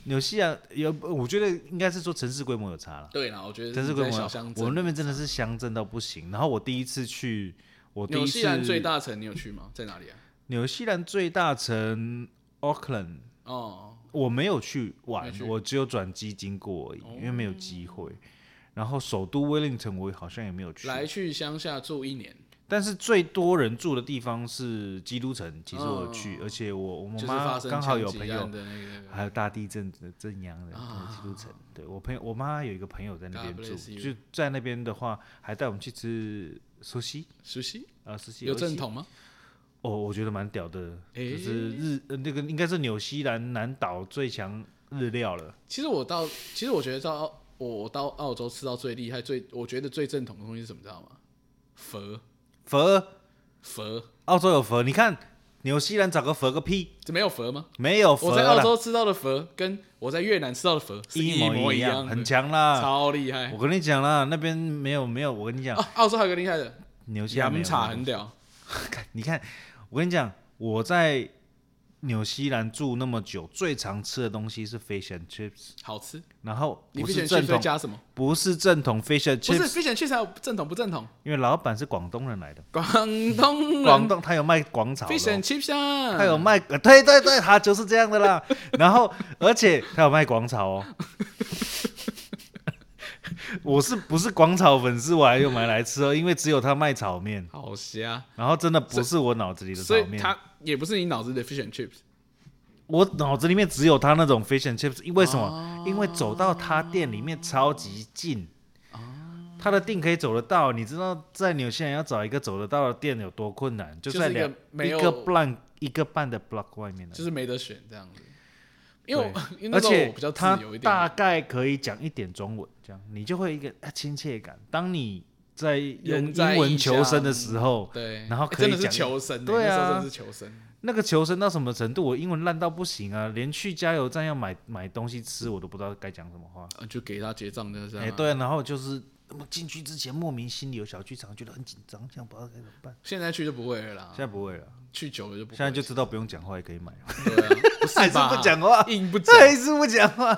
S2: 纽西兰有，我觉得应该是说城市规模有差了，
S1: 对啦，我觉得
S2: 城市
S1: 是
S2: 规
S1: 在
S2: 模
S1: 小
S2: 有
S1: 乡
S2: 我
S1: 镇。
S2: 们那边真的是乡镇到不行。然后我第一次去，我第
S1: 纽
S2: 一
S1: 西兰
S2: 次
S1: 最大城你有去吗？在哪里啊？
S2: 纽西兰最大城 Auckland，
S1: 哦，
S2: 我没有去
S1: 没
S2: 玩，
S1: 去哦
S2: 我只有转机经过而已，因为没有机会。然后首都威灵顿我好像也没有去，
S1: 来去乡下住一年，
S2: 但是最多人住的地方是基督城，其实我有去，而且我我
S1: 嗯就
S2: 我
S1: 是
S2: 妈
S1: 发生
S2: 刚好有
S1: 枪击
S2: 朋
S1: 案
S2: 友，
S1: 的那个，
S2: 还有大地震的正阳的基督城，对我朋友我妈有一个朋友在那边
S1: 啊 God
S2: 住，
S1: bless you
S2: 就在那边的话，还带我们去吃寿司，
S1: 熟悉
S2: 呃，寿司
S1: 有
S2: 寿司
S1: 正统吗？
S2: 哦，我觉得蛮屌的，
S1: 诶
S2: 就是日呃那个应该是纽西兰南岛最强日料了，
S1: 其实我到，其实我觉得到澳我我到澳洲吃到最厉害、最我觉得最正统的东西是什么，你知道吗？佛
S2: 佛
S1: 佛，
S2: 澳洲有佛，你看纽西兰找个佛个屁，
S1: 这没有佛吗？
S2: 没有哦佛
S1: 我在澳
S2: 啦
S1: 洲吃到的佛，跟我在越南吃到的佛是
S2: 一
S1: 模
S2: 模一
S1: 样的，
S2: 很强啦，
S1: 超厉害。
S2: 我跟你讲啦，那边没有没有，我跟你讲
S1: 哎哦，，澳洲还有个厉害的
S2: 纽西兰没
S1: 洋
S2: 有
S1: 茶很屌，
S2: 你看，我跟你讲，我在纽西兰住那么久，最常吃的东西是 fish and chips，
S1: 好吃。
S2: 然后
S1: 你
S2: 不
S1: fish
S2: 是
S1: and
S2: 正
S1: chips 会
S2: 统，
S1: 加什么？
S2: 不是正统 fish and
S1: 不是
S2: chips，
S1: fish and chips 还有正统不正统？
S2: 因为老板是广东人来的，
S1: 广东人
S2: 广东他有卖广炒
S1: 嗯 fish
S2: 的
S1: and
S2: 哦。
S1: chips 啊，
S2: 他有卖，呃对对对，他就是这样的啦。 然后，而且他有卖广炒哦。 我是不是广炒粉丝？我还有买来吃哦，因为只有他卖炒面。
S1: 好虾，
S2: 然后真的不是我脑子里的
S1: 所
S2: 炒
S1: 以
S2: 面，
S1: 它也不是你脑子里的 fish and chips。
S2: 我脑子里面只有他那种 fish and chips，因为什么？
S1: 哦
S2: 因为走到他店里面超级近，他的店可以走得到。你知道在纽西兰要找一个走得到的店有多困难？就
S1: 就是
S2: 在
S1: 一个
S2: 两
S1: 没有
S2: 一个 block 一个半的 block 外面的
S1: 就。是没得选这样子。因为我因为那
S2: 嗯而
S1: 时候
S2: 且
S1: 我比较自
S2: 他
S1: 由一
S2: 大
S1: 点，
S2: 概可以讲一点中文，这样你就会一个啊亲切感。当你在用
S1: 人在
S2: 英文
S1: 异
S2: 求生
S1: 乡
S2: 的时候，
S1: 对，
S2: 然后
S1: 欸
S2: 可以
S1: 真的是
S2: 讲
S1: 求生欸，
S2: 对
S1: 那
S2: 啊
S1: 时候真的是求生。
S2: 那个求生到什么程度？我英文烂到不行啊，连去加油站要买买东西吃，我都不知道该讲什么话。
S1: 啊就给他结账就是
S2: 哎、。对、啊，然后就是那么进去之前，莫名心里有小剧场，觉得很紧张，这样不知道该怎么办。
S1: 现在去就不会了啦
S2: 现，在不会了，
S1: 去久啊了就不会
S2: 现在就知道不用讲话也可以买了，
S1: 对啊，不
S2: 还
S1: 是
S2: 是
S1: 吧？
S2: 不讲话，
S1: 硬不讲。
S2: 还是不讲话。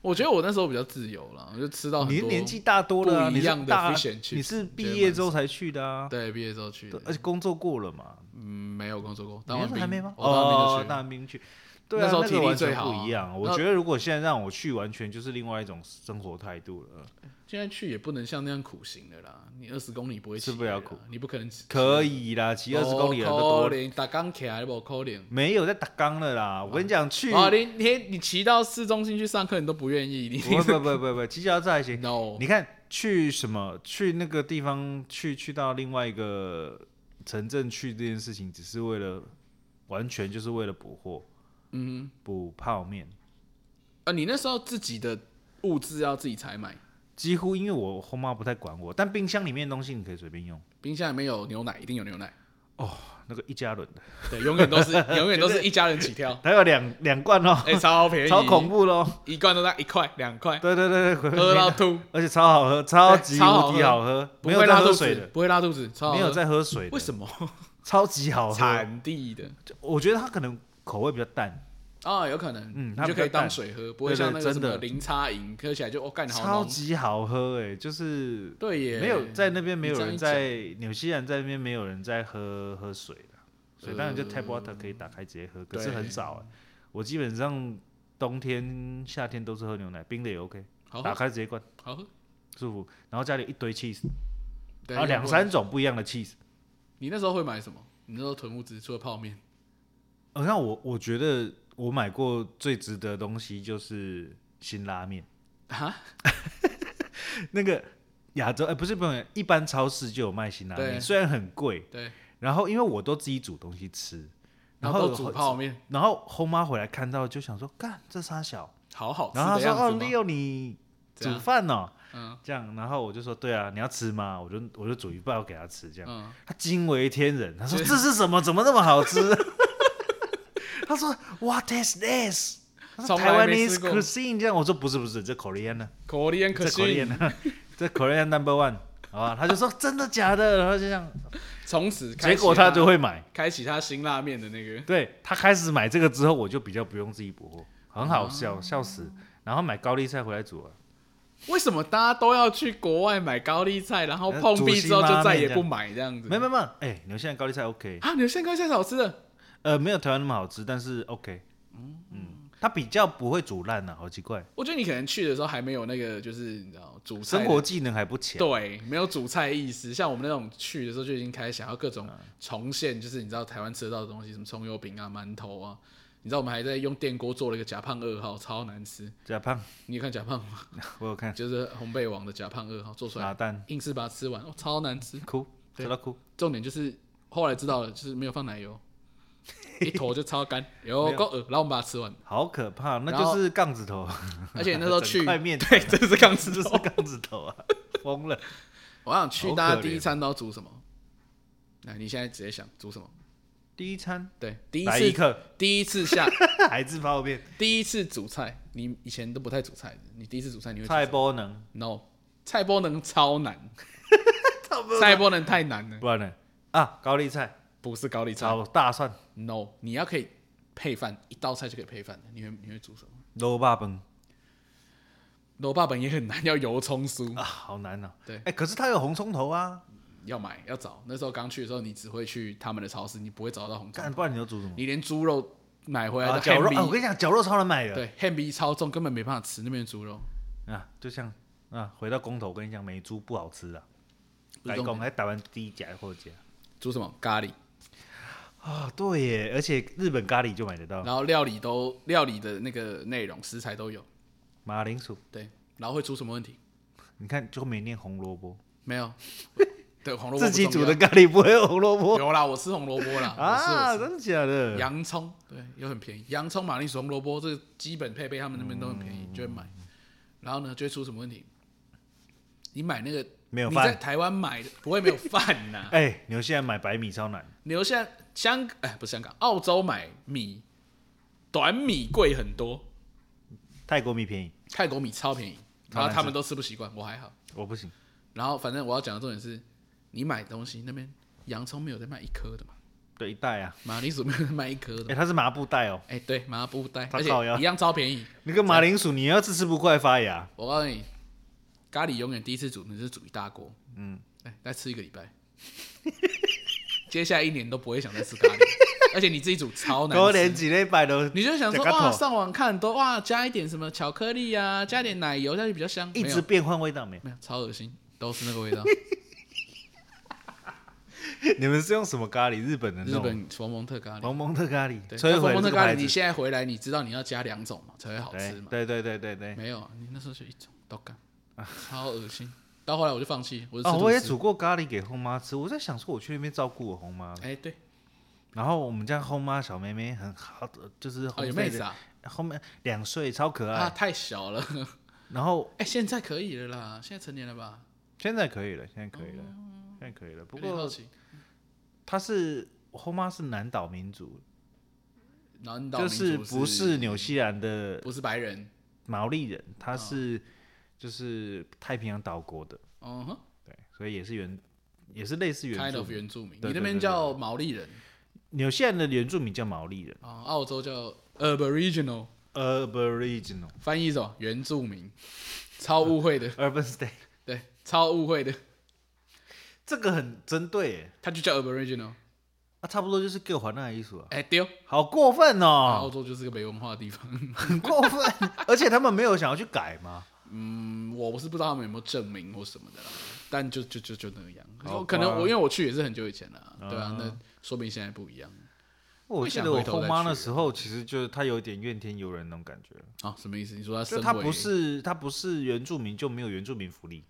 S1: 我觉得我那时候比较自由啦，我就吃哦到很
S2: 你
S1: 多
S2: 年纪大多了、啊，
S1: 不
S2: 你
S1: 一样
S2: 是
S1: 的
S2: 大
S1: fish and，chips，
S2: 你是
S1: 觉
S2: 毕
S1: 得
S2: 业
S1: 蛮
S2: 之后才去的啊，
S1: 对毕业之后去的
S2: 对，而且工作过了嘛。
S1: 嗯，没有工作过，当
S2: 你
S1: 完
S2: 那时
S1: 兵
S2: 候还没吗？
S1: 我当完兵
S2: 哦
S1: 就去
S2: 当
S1: 了。
S2: 完兵去。对啊，
S1: 那时候
S2: 那
S1: 体
S2: 个
S1: 力
S2: 完
S1: 最
S2: 全
S1: 好
S2: 不
S1: 啊
S2: 一样。我
S1: 那
S2: 觉得如果现在让我去，完全就是另外一种生活态度了。
S1: 现在去也不能像那样苦行的啦，你二十公里不会
S2: 吃不
S1: 起来
S2: 了
S1: 啦
S2: 苦，
S1: 你不可能骑
S2: 可以
S1: 哦
S2: 啦，骑二十公里人都多了，，
S1: 打钢铁还不可怜。
S2: 没有在打钢了啦。我跟你讲，去
S1: 啊，你你你骑到市中心去上课，你都不愿意，你哦
S2: 不不不不不，骑脚踏车还 行。
S1: no
S2: 你看去什么？去那个地方，去去到另外一个城镇去这件事情，只是为了完全就是为了补货，嗯，补泡面。
S1: 啊，你那时候自己的物资要自己采买，
S2: 几乎因为我后妈不太管我，但冰箱里面的东西你可以随便用。
S1: 冰箱里面有牛奶，一定有牛奶，
S2: 那个一加仑的，
S1: 对，永远 都是永远都是一家人起跳，
S2: 还有两两罐哦，
S1: 哎、超便宜，
S2: 超恐，怖咯。
S1: 一罐都在一块两块，
S2: 对对对对，
S1: 喝到吐，
S2: 而且超好喝，超级
S1: 超好
S2: 无敌
S1: 喝
S2: 好喝，
S1: 不
S2: 没
S1: 会
S2: 有在
S1: 拉
S2: 喝
S1: 肚
S2: 水
S1: 子
S2: 的，，
S1: 不会拉肚子，超好
S2: 没有
S1: 喝
S2: 在喝水的，
S1: 哦为什么
S2: 超级好喝。嗯
S1: 产地的
S2: 我觉得它可能口味比较淡，
S1: 啊、有可能，
S2: 嗯它
S1: 你就
S2: 比较
S1: 可以当
S2: 淡
S1: 水喝，不会
S2: 对对
S1: 像那个
S2: 真
S1: 什么
S2: 的
S1: 零差饮，喝起来就哦干好
S2: 超
S1: 浓，
S2: 级好喝哎、就是
S1: 对耶，
S2: 没有在那边没有
S1: 你这样
S2: 人
S1: 一
S2: 在纽西兰在那边没有人在喝喝水的，所以当然就
S1: 呃
S2: tap water 可以打开直接喝，可是
S1: 对
S2: 很少哎、我基本上冬天夏天都是喝牛奶，冰的也 OK，
S1: 好
S2: 打
S1: 喝
S2: 开直接灌
S1: 好喝，
S2: 舒服，然后家里一堆 cheese，
S1: 对
S2: 然后两
S1: 不会
S2: 三种不一样的 cheese。
S1: 你那时候会买什么？你那时候囤物资除了泡面，
S2: 呃，那我我觉得我买过最值得的东西就是辛拉面
S1: 啊，
S2: 那个亚洲哎、不是不是一般超市就有卖辛拉面，
S1: 对
S2: 虽然很贵，
S1: 对，
S2: 然后因为我都自己煮东西吃，
S1: 然
S2: 后
S1: 后都煮泡面，
S2: 然后后妈回来看到就想说，干这傻小，
S1: 好好吃
S2: 然后她
S1: 的
S2: 说：“哦
S1: 样子吗？
S2: ，Leo，你
S1: 这样
S2: 煮饭哦。”
S1: 嗯
S2: 这样，然后我就说：“对啊，你要吃吗？”我就我就煮一半我给他吃，这样。
S1: 嗯，
S2: 他惊为天人，他说：“这是什么？怎么那么 好吃？”他说：“What is this？” 他说
S1: 从
S2: 台
S1: 来
S2: 湾
S1: 没
S2: is
S1: 吃过
S2: cuisine 这样，我说不是不是，这 Korean 啊呢，
S1: 口令
S2: 这
S1: 可惜
S2: Korean 呢，这 Korean number one，好吧？他就说真的假的，然后就这样，
S1: 从此开啊
S2: 结
S1: 启
S2: 果他就会买，
S1: 开启他新拉面的那个，
S2: 对他开始买这个之后，我就比较不用自己补货，很好笑，
S1: 哦
S2: 笑死。然后买高丽菜回来煮啊，
S1: 为什么大家都要去国外买高丽菜，然后碰壁之后就再也不买这样子？
S2: 没没没，哎，你们现在高丽菜 OK，
S1: 啊，你们现在高丽菜是好吃的，
S2: 呃，没有台湾那么好吃，但是 OK，嗯，它比较不会煮烂啊，好奇怪。
S1: 我觉得你可能去的时候还没有那个，就是你知道煮菜的
S2: 生活技能还不强。
S1: 对，没有煮菜意思。像我们那种去的时候就已经开始想要各种重现，就是你知道台湾吃得到的东西，什么葱油饼啊、馒头啊。你知道我们还在用电锅做了一个假胖二号，超难吃。
S2: 假胖，
S1: 你有看假胖吗？
S2: 我有看，
S1: 就是烘焙王的假胖二号做出
S2: 拿
S1: 来，
S2: 蛋
S1: 硬是把它吃完，哦，超难吃。
S2: 哭，
S1: 对
S2: 吃到哭。
S1: 重点就是后来知道了，就是没有放奶 油，一坨就超干，有够恶。然后我们把它吃 完，
S2: 好可怕，那
S1: 然后
S2: 就是杠 子头。
S1: 而且那时候去
S2: 整，块面
S1: 对，真的是刚吃
S2: 这就是杠子头啊，疯了。
S1: 我想去，
S2: 好
S1: 大家
S2: 可
S1: 第一
S2: 怜
S1: 餐都要煮什么？来，你现在直接想煮什么？
S2: 第一餐
S1: 对，第一
S2: 来一
S1: 次
S2: 克，
S1: 第一次下
S2: 孩子泡面，
S1: 第一次煮菜，你以前都不太煮菜的，你第一次煮菜你会煮
S2: 菜包能，
S1: no 菜包能超 难，菜包能太难了，
S2: 不然呢？啊，高丽菜
S1: 不是高丽菜
S2: 炒大蒜，
S1: no，你要可以配饭，一道菜就可以配饭的，你会你会煮什么？
S2: 肉霸崩
S1: 罗霸本也很难，要油葱酥，
S2: 啊，好难啊。
S1: 对
S2: 哎，可是它有红葱头啊，
S1: 要买要找。那时候刚去的时候，你只会去他们的超市，你不会找到红
S2: 干，
S1: 葱，
S2: 不然你要煮什么？
S1: 你连猪肉买回来
S2: 啊，
S1: 的
S2: 绞
S1: ham
S2: 肉
S1: 逼
S2: 啊，我跟你讲，绞肉超难买的。
S1: 对 ham 逼超重，根本没办法吃那边的猪肉。
S2: 啊，就像啊，回到公投，我跟你讲，美猪不好吃啊，
S1: 不是
S2: 白
S1: 重
S2: 公
S1: 点
S2: 还打完第一甲后甲。
S1: 煮什么咖喱，
S2: 啊，对耶，而且日本咖喱就买得到，
S1: 然后料理都料理的那个内容食材都有，
S2: 马铃薯，
S1: 对，然后会出什么问题？
S2: 你看就没念红萝卜，
S1: 没有，对，红萝卜
S2: 自
S1: 不
S2: 己
S1: 重
S2: 煮
S1: 要
S2: 的咖喱不会有红萝卜
S1: 有啦，我吃红萝卜啦，
S2: 啊，
S1: 我吃我
S2: 真的假
S1: 吃
S2: 的？
S1: 洋葱，对，又很便宜，洋葱、马铃薯、红萝卜这个基本配备，他们那边都很便宜，就会买。
S2: 嗯
S1: 然后呢，就会出什么问题？你买那个
S2: 没有
S1: 你
S2: 饭
S1: 在台湾买的不会没有饭呐、
S2: 哎，你们现在买白米超难，
S1: 你留下香哎不是香港，澳洲买米，短米贵很多，
S2: 泰国米便宜，
S1: 泰国米超便宜，然后
S2: 超难吃
S1: 他们都吃不习惯，我还好。
S2: 我不行，
S1: 然后反正我要讲的重点是，你买东西那边洋葱没有在卖一颗的嘛，
S2: 对，一袋啊，
S1: 马铃薯没有在卖一颗的嘛
S2: 哎，它是麻布袋哦，
S1: 哎、对，麻布袋，
S2: 它
S1: 而且
S2: 烤鸭
S1: 一样超便宜。
S2: 那个马铃薯你要是吃不快发芽，
S1: 我告诉你，咖喱永远第一次煮，你是煮一大锅，嗯，哎、再吃一个礼拜， 接下来一年都不会想再吃咖 喱，而且你自己煮超难
S2: 多连
S1: 吃。
S2: 几类百都，
S1: 你就想说
S2: 吃到头
S1: 哇，上网看都哇，加一点什么巧克力啊，加点奶油下去比较香，
S2: 嗯一
S1: 没
S2: 直
S1: 有
S2: 变换味 道没有？
S1: 没有，超恶心，都是那个味 道。
S2: 你们是用什么咖喱？日本的那
S1: 日
S2: 种
S1: 本佛蒙特咖喱，
S2: 蒙蒙特咖喱，
S1: 对，
S2: 摧
S1: 那佛
S2: 毁
S1: 蒙特
S2: 了这个
S1: 咖喱，
S2: 牌
S1: 你
S2: 子，
S1: 现在回来，你知道你要加两种嘛，才会好吃嘛。
S2: 对对对对对对，
S1: 没有，你那时候就一种都干，超恶心。到后来我就放弃，我就
S2: 哦，
S1: 吃
S2: 我也
S1: 吐司
S2: 煮过咖喱给后妈吃，我在想说我去那边照顾我后妈。
S1: 哎，对，
S2: 然后我们家后妈小妹妹很好的，就是
S1: 哦，
S2: 后
S1: 有
S2: 妹
S1: 妹
S2: 的
S1: 子啊，
S2: 后面两岁，超可爱。
S1: 啊，太小了，
S2: 然后
S1: 哎，现在可以了啦，现在成年了吧？
S2: 现在可以了，现在可以了，现在可以了。不
S1: 哦有点好
S2: 过
S1: 奇，
S2: 她是我后妈是南岛民族，
S1: 南岛
S2: 就
S1: 民
S2: 是
S1: 族
S2: 不
S1: 是
S2: 是纽西兰的
S1: 不是白人？
S2: 毛利人，
S1: 啊
S2: 她是就是太平洋岛国的，
S1: 嗯哼
S2: 对，所以也是原也是类似原
S1: ，kind
S2: 住
S1: of
S2: 民。
S1: 原住民，
S2: 对
S1: 你那
S2: 对对
S1: 边
S2: 对
S1: 叫毛利人
S2: 纽西兰的原住民叫毛利人
S1: 啊，澳洲叫 Aboriginal，
S2: （Aboriginal），Urban
S1: 翻译是什么原住民，超误会 的，
S2: State，
S1: 对，超误会的，
S2: 这个很针对耶。
S1: 他就叫 Aboriginal，
S2: 啊，差不多就是给我还那个艺术啊，
S1: 哎丢，
S2: 好过分
S1: 澳
S2: 哦，
S1: 洲就是个没文化的地方。
S2: 很过 分，而且他们没有想要去改吗？
S1: 嗯，我是不知道他们有没有证明或什么的啦，但就就就就那样。
S2: 好吧
S1: 可能我因为我去也是很久以前了啊，
S2: 嗯
S1: 对啊，那说明现在不一样
S2: 我
S1: 会
S2: 记
S1: 想
S2: 得我
S1: 回头
S2: 后
S1: 再
S2: 妈
S1: 去
S2: 那时候，其实就是她有点怨天尤人那种感觉，
S1: 啊。什么意思？你说他
S2: 就
S1: 身
S2: 她
S1: 为
S2: 不是她不是原住民就没有原住民福利，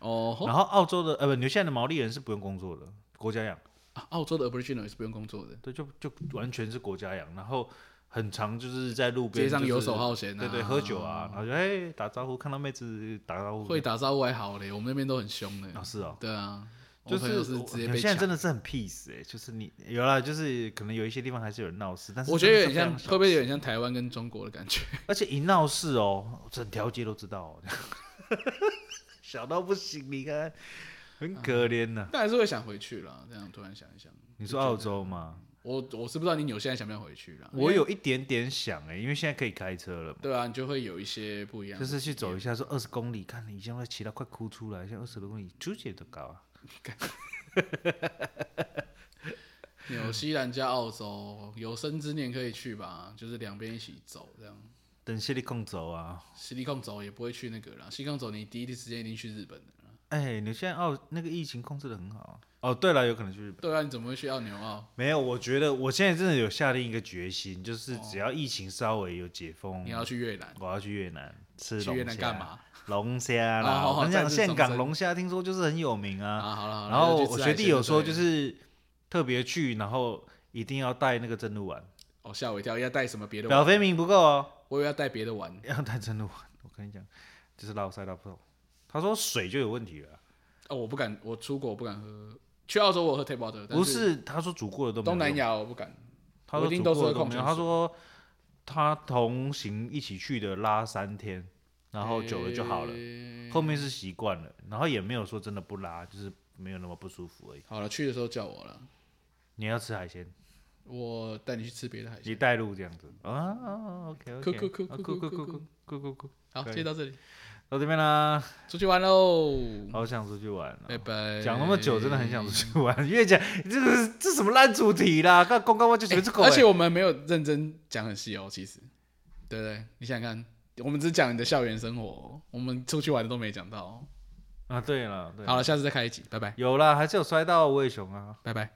S1: 哦吼
S2: 然后澳洲的呃不，纽西兰的毛利人是不用工作的，国家养，
S1: 啊澳洲的 Aboriginal 是不用工作的，
S2: 对，就就完全是国家养，然后很常就是在路边、
S1: 街上游手
S2: 好，
S1: 好闲啊，
S2: 对对，喝酒啊，然后就哎、打招呼，看到妹子打招呼，
S1: 会打招呼还好嘞，我们那边都很凶的。
S2: 啊是哦，
S1: 对啊，我
S2: 就
S1: 朋友
S2: 是
S1: 是
S2: 我
S1: 直接
S2: 你
S1: 被
S2: 现在
S1: 抢。
S2: 真的是很 peace 哎、就是你有啦，就是可能有一些地方还是有人闹事，但是
S1: 我觉得有
S2: 真
S1: 点像，
S2: 的是非常小
S1: 会不会有点像台湾跟中国的感觉？
S2: 而且一闹事哦，整条街都知道、哦， 小到不行，你看很可怜呐、
S1: 但还是会想回去啦。这样突然想一想，
S2: 你说澳洲吗？
S1: 我我是不知道你纽现在想不想回去啦。
S2: 我有一点点想哎、因为现在可以开车了嘛，
S1: 对啊，你就会有一些不一样
S2: 就
S1: 的体验，
S2: 是去走一下，说二十公里，看你以前会骑到快哭出来，现在二十多公里，猪姐都高啊。
S1: 纽西兰加澳洲，有生之年可以去吧，就是两边一起走这样。
S2: 等谢力控走啊！
S1: 西利控走也不会去那个啦，西利控走你第一时间一定去日本的啦。
S2: 哎、你现在澳那个疫情控制的很好啊。哦，对了，有可能去日本。
S1: 对啊，你怎么会去澳纽澳？
S2: 没有，我觉得我现在真的有下定一个决心，就是只要疫情稍微有解封，
S1: 哦你要去越南？
S2: 我要去越南吃龙虾。
S1: 去越南干嘛？
S2: 龙虾啦，
S1: 啊好好
S2: 我跟你
S1: 再
S2: 讲，
S1: 次
S2: 岘港
S1: 重申
S2: 龙虾听说就是很有名啊。
S1: 啊，好了好了。
S2: 然后
S1: 那就去
S2: 我
S1: 吃
S2: 学
S1: 海
S2: 弟
S1: 鲜
S2: 有说，
S1: 对
S2: 就
S1: 了
S2: 是特别去，然后一定要带那个珍珠丸，
S1: 哦，吓我一跳，要带什么别的
S2: 表
S1: 玩？
S2: 飞明不够哦，
S1: 我以为要带别的玩，
S2: 要带珍珠丸。我跟你讲，就是老塞到破。他说水就有问题了，
S1: 哦，我不敢，我出国我不敢喝。去澳洲我喝 tap water，但
S2: 不是？他说煮过的都没有
S1: 东南
S2: 用，
S1: 亚我不敢。
S2: 他
S1: 我
S2: 说
S1: 一定
S2: 煮
S1: 都
S2: 过
S1: 是
S2: 的
S1: 喝
S2: 都没有。
S1: 矿泉
S2: 他说他同行一起去的拉三天，然后久了就好了，
S1: 诶
S2: 后面是习惯了，然后也没有说真的不拉，就是没有那么不舒服而已。
S1: 好了，去的时候叫我了，
S2: 你要吃海鲜。
S1: 我带你去吃别的海
S2: 你
S1: 鲜。
S2: 带路这样子啊啊，OK OK，
S1: 酷酷酷
S2: 酷酷
S1: 酷
S2: 酷
S1: 酷
S2: 酷酷酷酷，
S1: 好，
S2: 可以
S1: 今天到这里，
S2: 到这边啦，
S1: 出去玩喽，
S2: 好想出去玩哦
S1: 拜拜。
S2: 讲那么久，真的很想出
S1: 哎
S2: 去玩。越讲这个这什么烂主题啦？刚公告我就觉得这个，
S1: 哎而且我们没有认真讲很细哦，其实，对不对？你想想看，我们只讲你的校园生活哦，我们出去玩的都没讲到哦。
S2: 啊，对了，对，
S1: 好了，下次再开一集，拜拜，
S2: 有啦，还是有摔到魏雄啊。
S1: 拜拜。